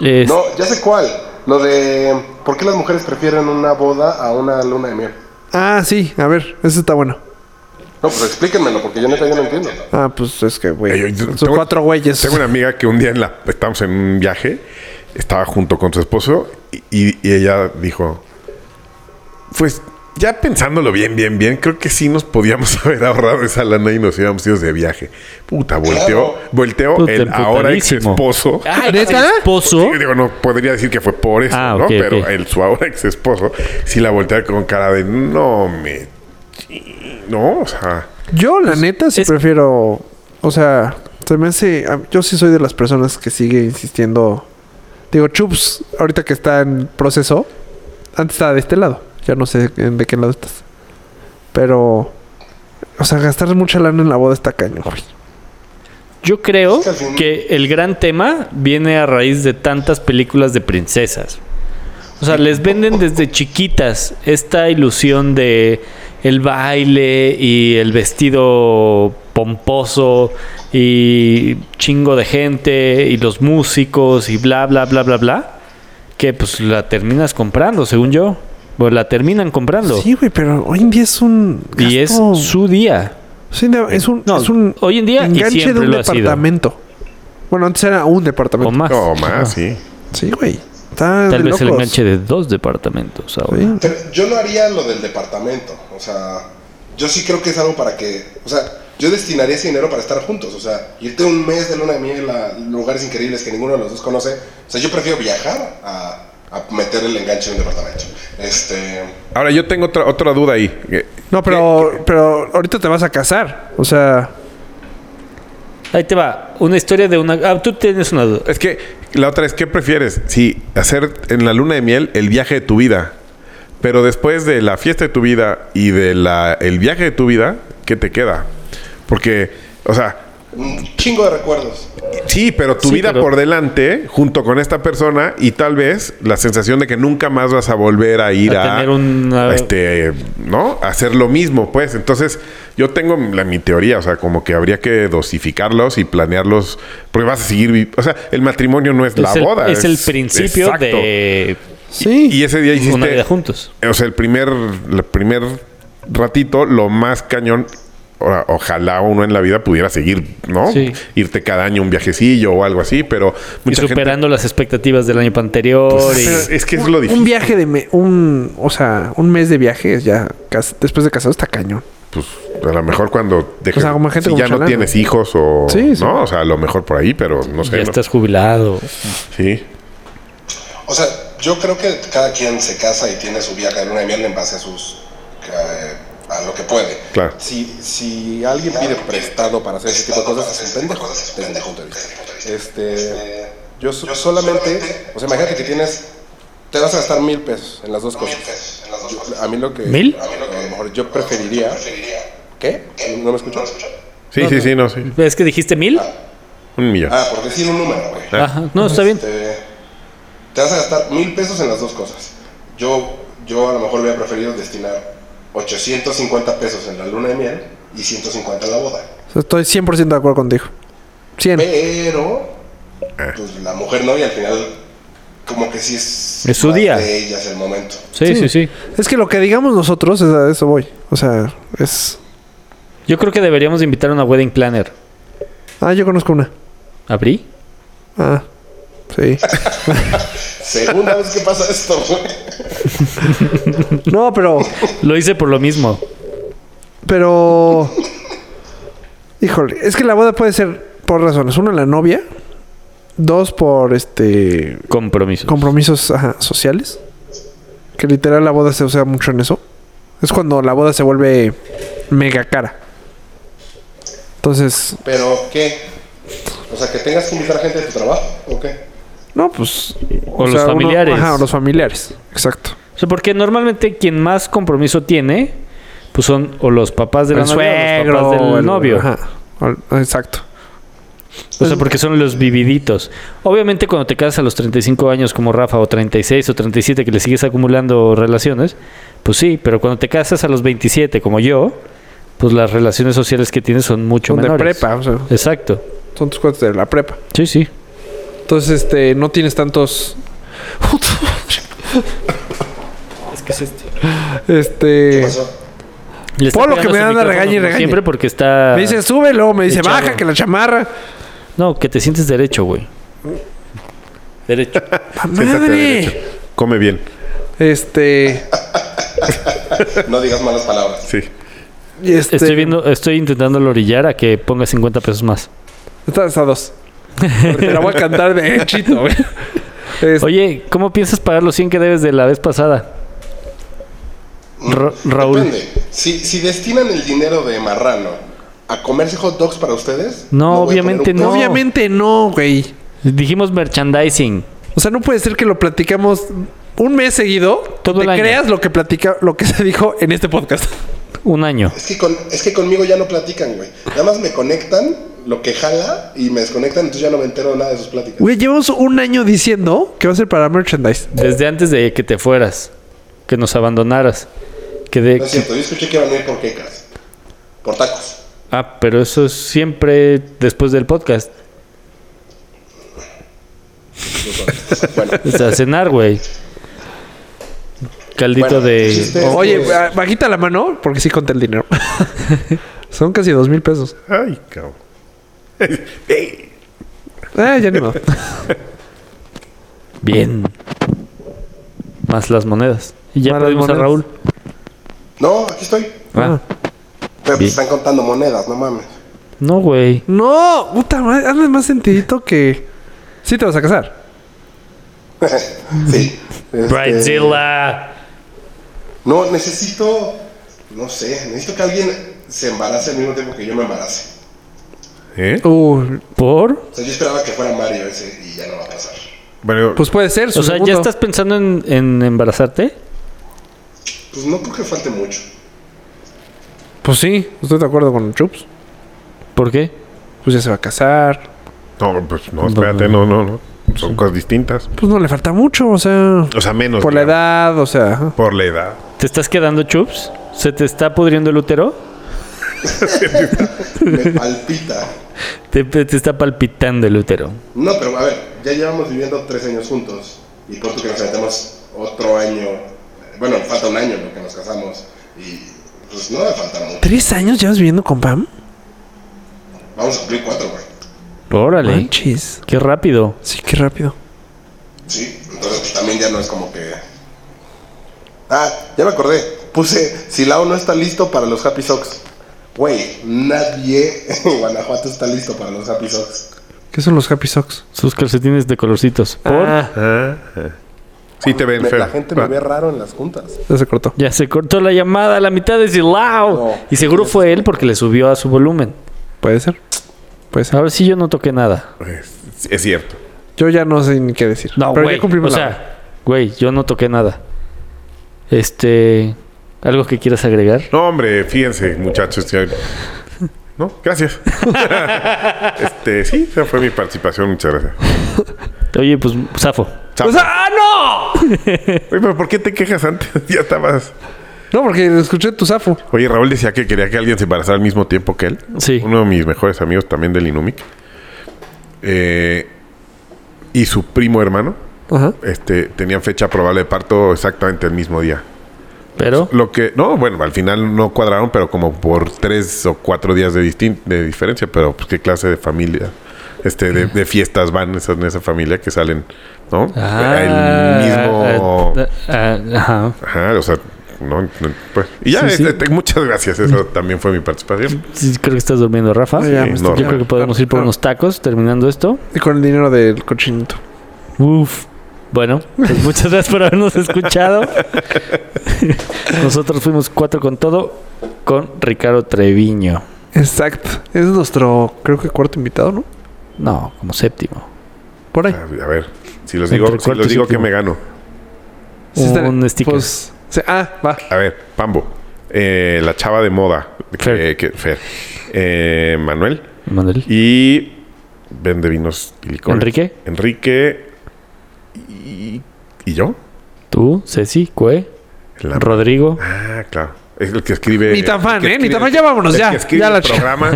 [SPEAKER 3] Es-
[SPEAKER 5] No, ya sé cuál. Lo de por qué las mujeres prefieren una boda a una luna de miel.
[SPEAKER 4] Ah, sí, a ver, eso está bueno.
[SPEAKER 5] No, pues explíquenmelo, porque yo neta yo no entiendo.
[SPEAKER 4] Ah, pues es que,
[SPEAKER 1] Ey,
[SPEAKER 4] güey.
[SPEAKER 1] yo-
[SPEAKER 4] Son
[SPEAKER 1] tengo-
[SPEAKER 4] cuatro güeyes.
[SPEAKER 1] Tengo una amiga que un día en la, estábamos en un viaje, estaba junto con su esposo y, y- y ella dijo, pues ya pensándolo bien, bien, bien, creo que sí nos podíamos <laughs> haber ahorrado esa lana y nos íbamos ido de viaje. Puta, volteó, volteó
[SPEAKER 3] Puta,
[SPEAKER 1] el ahora ex
[SPEAKER 3] emputadísimo.
[SPEAKER 1] esposo.
[SPEAKER 3] Ay,
[SPEAKER 4] ¿Neta?
[SPEAKER 3] esposo.
[SPEAKER 1] Digo, no podría decir que fue por eso,
[SPEAKER 3] Ah,
[SPEAKER 1] ¿no?
[SPEAKER 3] ok,
[SPEAKER 1] Pero
[SPEAKER 3] ok.
[SPEAKER 1] el su ahora ex esposo sí la voltea con cara de no me. chi-". No, o sea.
[SPEAKER 4] Yo, la neta, sí
[SPEAKER 3] es-
[SPEAKER 4] prefiero. O sea, se me hace. a- Yo sí soy de las personas que sigue insistiendo. Digo, Chups, ahorita que está en proceso. Antes estaba de este lado. Ya no sé en- de qué lado estás. Pero. O sea, gastar mucha lana en la boda está cañón, güey.
[SPEAKER 3] Yo creo
[SPEAKER 5] que al fin-
[SPEAKER 3] que el gran tema viene a raíz de tantas películas de princesas. O sea, les venden desde chiquitas esta ilusión de el baile y el vestido pomposo y chingo de gente y los músicos y bla bla bla bla bla que pues la terminas comprando, según yo. O la terminan comprando.
[SPEAKER 4] Sí, güey, pero hoy en día es un.
[SPEAKER 3] y es
[SPEAKER 4] gasto-
[SPEAKER 3] su día.
[SPEAKER 4] Sí, no, es un.
[SPEAKER 3] No,
[SPEAKER 4] es un
[SPEAKER 3] hoy en día y
[SPEAKER 4] enganche de
[SPEAKER 3] siempre
[SPEAKER 4] un
[SPEAKER 3] lo ha sido.
[SPEAKER 4] departamento. Bueno, antes era un departamento.
[SPEAKER 3] O más.
[SPEAKER 1] No, más, sí.
[SPEAKER 4] Sí, güey. Está
[SPEAKER 3] Tal
[SPEAKER 4] de
[SPEAKER 3] vez el
[SPEAKER 4] locos.
[SPEAKER 3] enganche de dos departamentos ahora.
[SPEAKER 4] Sí.
[SPEAKER 5] Pero yo no haría lo del departamento. O sea, yo sí creo que es algo para que. O sea, yo destinaría ese dinero para estar juntos. O sea, irte un mes de luna de miel a lugares increíbles que ninguno de los dos conoce. O sea, yo prefiero viajar a, a meter el enganche en un departamento. Este.
[SPEAKER 1] Ahora yo tengo otra, otra duda ahí. que-
[SPEAKER 4] No, pero, pero ahorita te vas a casar. O sea,
[SPEAKER 3] Ahí te va. Una historia de una. Ah, tú tienes una duda.
[SPEAKER 1] Es que la otra es, ¿qué prefieres? Si hacer en la luna de miel el viaje de tu vida, pero después de la fiesta de tu vida y de la el viaje de tu vida, ¿qué te queda? Porque, o sea,
[SPEAKER 5] Un chingo de recuerdos.
[SPEAKER 1] sí, pero tu
[SPEAKER 3] Sí,
[SPEAKER 1] vida
[SPEAKER 3] pero-
[SPEAKER 1] por delante junto con esta persona y tal vez la sensación de que nunca más vas a volver a ir
[SPEAKER 3] A
[SPEAKER 1] a,
[SPEAKER 3] tener una-
[SPEAKER 1] a este, ¿no? A hacer lo mismo, pues. Entonces, yo tengo la, mi teoría, o sea, como que habría que dosificarlos y planearlos, porque vas a seguir, vi- o sea, el matrimonio no es, la
[SPEAKER 3] es el,
[SPEAKER 1] boda.
[SPEAKER 3] Es el principio
[SPEAKER 1] exacto.
[SPEAKER 3] de
[SPEAKER 4] sí.
[SPEAKER 1] Y ese día hiciste.
[SPEAKER 3] una vida juntos.
[SPEAKER 1] O sea, el primer, el primer ratito, lo más cañón. ahora, ojalá uno en la vida pudiera seguir, ¿no?
[SPEAKER 3] Sí.
[SPEAKER 1] Irte cada año un viajecillo o algo así, pero
[SPEAKER 3] Y
[SPEAKER 1] mucha gente. Pues,
[SPEAKER 3] superando las expectativas del año anterior.
[SPEAKER 1] Pero <laughs>
[SPEAKER 3] y-
[SPEAKER 1] es que es lo difícil.
[SPEAKER 4] un viaje de me- un, o sea, un mes de viaje ya cas- después de casado está cañón.
[SPEAKER 1] Pues a lo mejor cuando dejes.
[SPEAKER 4] sea, como
[SPEAKER 1] si
[SPEAKER 4] gente con
[SPEAKER 1] ya no
[SPEAKER 4] chalana.
[SPEAKER 1] tienes hijos o.
[SPEAKER 4] Sí, sí.
[SPEAKER 1] ¿No? O sea, a lo mejor por ahí, pero no sé.
[SPEAKER 3] ya
[SPEAKER 1] ¿no?
[SPEAKER 3] estás jubilado.
[SPEAKER 1] Sí.
[SPEAKER 5] O sea, yo creo que cada quien se casa y tiene su viaje de luna de miel en base a sus. eh, a lo que puede.
[SPEAKER 1] Claro.
[SPEAKER 5] Si, si alguien pide prestado para hacer ese tipo de cosas, es un pendejo, desde mi punto de vista. Este, yo so- solamente. O sea, imagínate que tienes. Te vas a gastar mil pesos en las dos cosas. Yo- a mí lo que.
[SPEAKER 3] ¿Mil?
[SPEAKER 5] A, mí lo que a lo mejor yo preferiría. ¿Qué? ¿No me escuchas?
[SPEAKER 1] Sí, sí, sí, no, sí.
[SPEAKER 3] Es que dijiste
[SPEAKER 1] Eh.
[SPEAKER 3] mil.
[SPEAKER 1] Un millón.
[SPEAKER 5] Ah, por decir un número, güey.
[SPEAKER 3] Ajá. No, está bien.
[SPEAKER 5] Este, te vas a gastar mil pesos en las dos cosas. Yo, yo a lo mejor hubiera preferido destinar 850 pesos en la luna de miel y 150 en la boda.
[SPEAKER 4] O sea, estoy 100% de acuerdo contigo. 100.
[SPEAKER 5] Pero,
[SPEAKER 3] Eh.
[SPEAKER 5] pues la mujer no, y al final, como que sí es.
[SPEAKER 3] Es su
[SPEAKER 5] más
[SPEAKER 3] día.
[SPEAKER 5] De ellas el momento.
[SPEAKER 3] Sí, sí, sí.
[SPEAKER 4] Es que lo que digamos nosotros es a eso voy. O sea, es
[SPEAKER 3] Yo creo que deberíamos de invitar a una wedding planner.
[SPEAKER 4] Ah, yo conozco una.
[SPEAKER 3] ¿Abrí?
[SPEAKER 4] Ah. Sí. <laughs>
[SPEAKER 5] Segunda vez que pasa esto, güey.
[SPEAKER 4] No, pero
[SPEAKER 3] Lo hice por lo mismo.
[SPEAKER 4] pero Híjole, es que la boda puede ser por razones, uno la novia, dos por este
[SPEAKER 3] Compromiso.
[SPEAKER 4] compromisos ajá, sociales. Que literal la boda se usa mucho en eso. Es cuando la boda se vuelve mega cara. Entonces,
[SPEAKER 5] Pero, ¿qué? O sea, que tengas que invitar a gente de tu trabajo, ¿o qué?
[SPEAKER 4] no, pues.
[SPEAKER 3] O los familiares.
[SPEAKER 4] ajá, o los familiares. Exacto.
[SPEAKER 3] O sea, porque normalmente quien más compromiso tiene, pues son o los papás de la
[SPEAKER 4] el
[SPEAKER 3] novia o los
[SPEAKER 4] suegro,
[SPEAKER 3] papás del
[SPEAKER 4] el-
[SPEAKER 3] novio.
[SPEAKER 4] ajá. O- Exacto.
[SPEAKER 3] O
[SPEAKER 4] Pues,
[SPEAKER 3] sea, porque son los vividitos. Obviamente cuando te casas a los 35 años como Rafa, o 36 o 37 que le sigues acumulando relaciones, pues sí, pero cuando te casas a los 27 como yo, pues las relaciones sociales que tienes son mucho
[SPEAKER 4] Son de
[SPEAKER 3] menores.
[SPEAKER 4] prepa, o sea,
[SPEAKER 3] Exacto.
[SPEAKER 4] son tus cuates de la prepa.
[SPEAKER 3] Sí, sí.
[SPEAKER 4] Entonces, este, no tienes tantos. <laughs>
[SPEAKER 3] Es que es este.
[SPEAKER 5] ¿Qué
[SPEAKER 4] Este.
[SPEAKER 5] pasó?
[SPEAKER 3] Le está
[SPEAKER 4] Polo,
[SPEAKER 3] pegando
[SPEAKER 4] que me
[SPEAKER 3] su
[SPEAKER 4] anda
[SPEAKER 3] micrófono
[SPEAKER 4] regañe y
[SPEAKER 3] como
[SPEAKER 4] regañe.
[SPEAKER 3] Siempre porque está...
[SPEAKER 4] Me dice sube, luego me dice
[SPEAKER 3] Echado.
[SPEAKER 4] baja, que la chamarra.
[SPEAKER 3] No, que te sientes derecho, güey. Derecho.
[SPEAKER 4] ¡La
[SPEAKER 1] Siéntate derecho.
[SPEAKER 4] madre!
[SPEAKER 1] Come bien.
[SPEAKER 4] Este,
[SPEAKER 5] No digas malas palabras.
[SPEAKER 1] Sí.
[SPEAKER 4] y
[SPEAKER 3] <laughs>
[SPEAKER 4] este.
[SPEAKER 3] Estoy viendo, estoy intentando orillar a que ponga 50 pesos más.
[SPEAKER 4] Estás a dos. Te la voy a cantar de chito, güey. Este, Es-
[SPEAKER 3] Oye, ¿cómo piensas pagar los 100 que debes de la vez pasada? Ra- Raúl.
[SPEAKER 5] Depende. Si, si destinan el dinero de Marrano a comerse hot dogs para ustedes.
[SPEAKER 3] No,
[SPEAKER 5] voy a
[SPEAKER 3] obviamente
[SPEAKER 5] poner un
[SPEAKER 3] no.
[SPEAKER 4] Obviamente no, güey.
[SPEAKER 3] Dijimos merchandising.
[SPEAKER 4] O sea, no puede ser que lo platicamos un mes seguido.
[SPEAKER 3] Todo
[SPEAKER 4] Todo
[SPEAKER 3] el
[SPEAKER 4] te
[SPEAKER 3] año.
[SPEAKER 4] creas lo que platica, lo que <laughs> se dijo en este podcast.
[SPEAKER 3] Un año.
[SPEAKER 5] Es que, con- es que conmigo ya no platican, güey. Nada más me conectan lo que jala y me desconectan, entonces ya no me entero de nada de sus pláticas.
[SPEAKER 4] Güey, llevamos un año diciendo que va a ser para merchandise.
[SPEAKER 3] Desde antes de que te fueras. Que nos abandonaras. Que de...
[SPEAKER 5] No es cierto, yo escuché que iban a ir por quecas. Por tacos.
[SPEAKER 3] Ah, pero eso es siempre después del podcast.
[SPEAKER 5] Bueno,
[SPEAKER 3] O sea, cenar, güey. Caldito
[SPEAKER 5] Bueno,
[SPEAKER 3] de...
[SPEAKER 5] chiste. Este-
[SPEAKER 4] Oye, ah, bajita la mano, porque sí conté el dinero.
[SPEAKER 3] <laughs>
[SPEAKER 4] Son casi dos mil pesos.
[SPEAKER 1] Ay, cabrón. <laughs> Ey,
[SPEAKER 4] Ah, ya ni modo.
[SPEAKER 3] Bien. Más las monedas. Y <laughs> ya
[SPEAKER 4] Más las
[SPEAKER 3] perdimos a
[SPEAKER 4] monedas.
[SPEAKER 3] Raúl.
[SPEAKER 5] no, aquí estoy.
[SPEAKER 3] Ah,
[SPEAKER 5] Pero
[SPEAKER 3] Bien.
[SPEAKER 5] pues están contando monedas, no mames.
[SPEAKER 3] no, güey.
[SPEAKER 4] No, puta madre, hazme más sentidito que. Sí, te vas a casar.
[SPEAKER 5] sí. Este,
[SPEAKER 3] Bridezilla.
[SPEAKER 5] No, necesito. No sé, necesito que alguien se embarace al mismo tiempo que yo me embarace.
[SPEAKER 1] ¿Eh?
[SPEAKER 4] Uh,
[SPEAKER 3] ¿Por?
[SPEAKER 5] O sea, yo esperaba que fuera Mario ese y ya no va a pasar.
[SPEAKER 1] Bueno,
[SPEAKER 4] pues puede ser. su
[SPEAKER 3] O sea, ¿ya
[SPEAKER 4] segundo.
[SPEAKER 3] estás pensando en, en embarazarte?
[SPEAKER 5] Pues no porque falte mucho.
[SPEAKER 4] Pues sí, estoy de acuerdo con Chups.
[SPEAKER 3] ¿Por qué?
[SPEAKER 4] Pues ya se va a casar.
[SPEAKER 1] no, pues no, espérate, no, no, no. Son cosas distintas.
[SPEAKER 4] Pues no le falta mucho, o sea.
[SPEAKER 1] O sea, menos.
[SPEAKER 4] Por la
[SPEAKER 1] digamos.
[SPEAKER 4] edad, o sea. ajá.
[SPEAKER 1] Por la edad.
[SPEAKER 3] ¿Te estás quedando chups? ¿Se te está pudriendo el útero?
[SPEAKER 5] Me palpita.
[SPEAKER 3] Te, te está palpitando el útero.
[SPEAKER 5] No, pero a ver, ya llevamos viviendo tres años juntos y por que nos aventamos otro año. Bueno, falta un año porque nos casamos y pues no me falta mucho.
[SPEAKER 4] ¿Tres años llevas viviendo con Pam?
[SPEAKER 5] Vamos a cumplir cuatro, güey.
[SPEAKER 3] Órale.
[SPEAKER 4] Manches.
[SPEAKER 3] Qué rápido.
[SPEAKER 4] Sí, qué rápido.
[SPEAKER 5] Sí, entonces pues, también ya no es como que. Ah, ya me acordé. Puse, Silao no está listo para los Happy Socks. Güey, nadie en Guanajuato está listo para los Happy Socks.
[SPEAKER 4] ¿Qué son los Happy Socks?
[SPEAKER 3] Sus calcetines de colorcitos. ¿Por?
[SPEAKER 4] Ah,
[SPEAKER 1] Ah, ah. Sí te ven
[SPEAKER 5] Me-
[SPEAKER 1] feo. Ah,
[SPEAKER 5] la gente me ve raro en las juntas.
[SPEAKER 4] ya se cortó.
[SPEAKER 3] Ya se cortó la llamada a la mitad de Silao.
[SPEAKER 5] No.
[SPEAKER 3] Y seguro fue él porque le subió a su volumen.
[SPEAKER 4] Puede ser. Puede ser.
[SPEAKER 3] Ahora sí yo no toqué nada.
[SPEAKER 1] Es, es cierto.
[SPEAKER 4] Yo ya no sé ni qué decir.
[SPEAKER 3] No,
[SPEAKER 4] pero
[SPEAKER 3] güey.
[SPEAKER 4] ya cumplimos
[SPEAKER 3] O
[SPEAKER 4] la hora.
[SPEAKER 3] sea, güey, yo no toqué nada. Este... ¿Algo que quieras agregar?
[SPEAKER 1] No, hombre, fíjense, muchachos. que- No,
[SPEAKER 4] <laughs>
[SPEAKER 1] gracias. este, sí, esa fue mi participación, muchas gracias.
[SPEAKER 3] Oye, pues, Zafo.
[SPEAKER 1] Chao.
[SPEAKER 4] O sea, ¡ah, no!
[SPEAKER 1] Oye, pero ¿por qué te quejas antes? <laughs> ya estabas.
[SPEAKER 4] No, porque escuché tu zafo.
[SPEAKER 1] Oye, Raúl decía que quería que alguien se embarazara al mismo tiempo que él.
[SPEAKER 3] Sí.
[SPEAKER 1] Uno de mis mejores amigos también del Inumic. Eh, y su primo hermano.
[SPEAKER 4] Ajá.
[SPEAKER 1] Este, tenían fecha probable de parto exactamente el mismo día.
[SPEAKER 3] Pero...
[SPEAKER 1] Lo que, no, bueno, al final no cuadraron, pero como por tres o cuatro días de, distin- de diferencia, pero pues qué clase de familia, este, de, de fiestas van esas, en esa familia que salen, ¿no?
[SPEAKER 3] Ah,
[SPEAKER 1] el mismo...
[SPEAKER 3] ah, ah, ajá.
[SPEAKER 1] Ajá, o sea, no, no, pues... Y ya,
[SPEAKER 3] Sí, sí.
[SPEAKER 1] este, muchas gracias, eso también fue mi participación.
[SPEAKER 3] Sí, creo que estás durmiendo, Rafa.
[SPEAKER 4] Sí, ya me
[SPEAKER 3] Yo
[SPEAKER 1] estoy-
[SPEAKER 3] creo que podemos ir por unos tacos terminando esto.
[SPEAKER 4] Y con el dinero del cochinito.
[SPEAKER 3] Uf. Bueno,
[SPEAKER 4] <laughs>
[SPEAKER 3] pues muchas gracias por habernos escuchado. <laughs> Nosotros fuimos cuatro con todo con Ricardo Treviño.
[SPEAKER 4] Exacto. Es nuestro, creo que cuarto invitado, ¿no?
[SPEAKER 3] No, como séptimo.
[SPEAKER 4] Por ahí.
[SPEAKER 3] Ah,
[SPEAKER 1] A ver, si los
[SPEAKER 3] Entre
[SPEAKER 1] digo, si
[SPEAKER 3] cuarto
[SPEAKER 1] los
[SPEAKER 3] y
[SPEAKER 1] digo que
[SPEAKER 3] séptimo.
[SPEAKER 1] me gano.
[SPEAKER 4] Sí está-
[SPEAKER 3] un sticker.
[SPEAKER 4] Pues, sí, ah, va.
[SPEAKER 1] A ver, Pambo. eh, la chava de moda. que-
[SPEAKER 3] Fer.
[SPEAKER 1] que- Fer. Eh, Manuel.
[SPEAKER 3] Manuel.
[SPEAKER 1] Y vende vinos y licores.
[SPEAKER 3] Enrique.
[SPEAKER 1] Enrique. Y, y yo.
[SPEAKER 3] Tú, Ceci, Cue,
[SPEAKER 1] La-
[SPEAKER 3] Rodrigo.
[SPEAKER 1] Ah, claro. Es el que escribe.
[SPEAKER 4] Ni tan fan,
[SPEAKER 1] el que
[SPEAKER 4] ¿eh? Ni
[SPEAKER 1] escribe-
[SPEAKER 4] tan fan. Ya vámonos,
[SPEAKER 1] el
[SPEAKER 4] ya.
[SPEAKER 1] que escribe
[SPEAKER 4] Ya la
[SPEAKER 1] el
[SPEAKER 4] ch-
[SPEAKER 1] programa.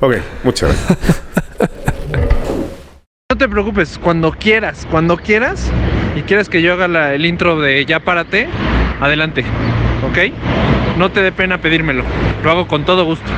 [SPEAKER 1] ok, muchas gracias.
[SPEAKER 4] No te preocupes, cuando quieras, cuando quieras y quieras que yo haga la- el intro de Ya Párate, adelante, ¿ok? No te dé pena pedírmelo, lo hago con todo gusto.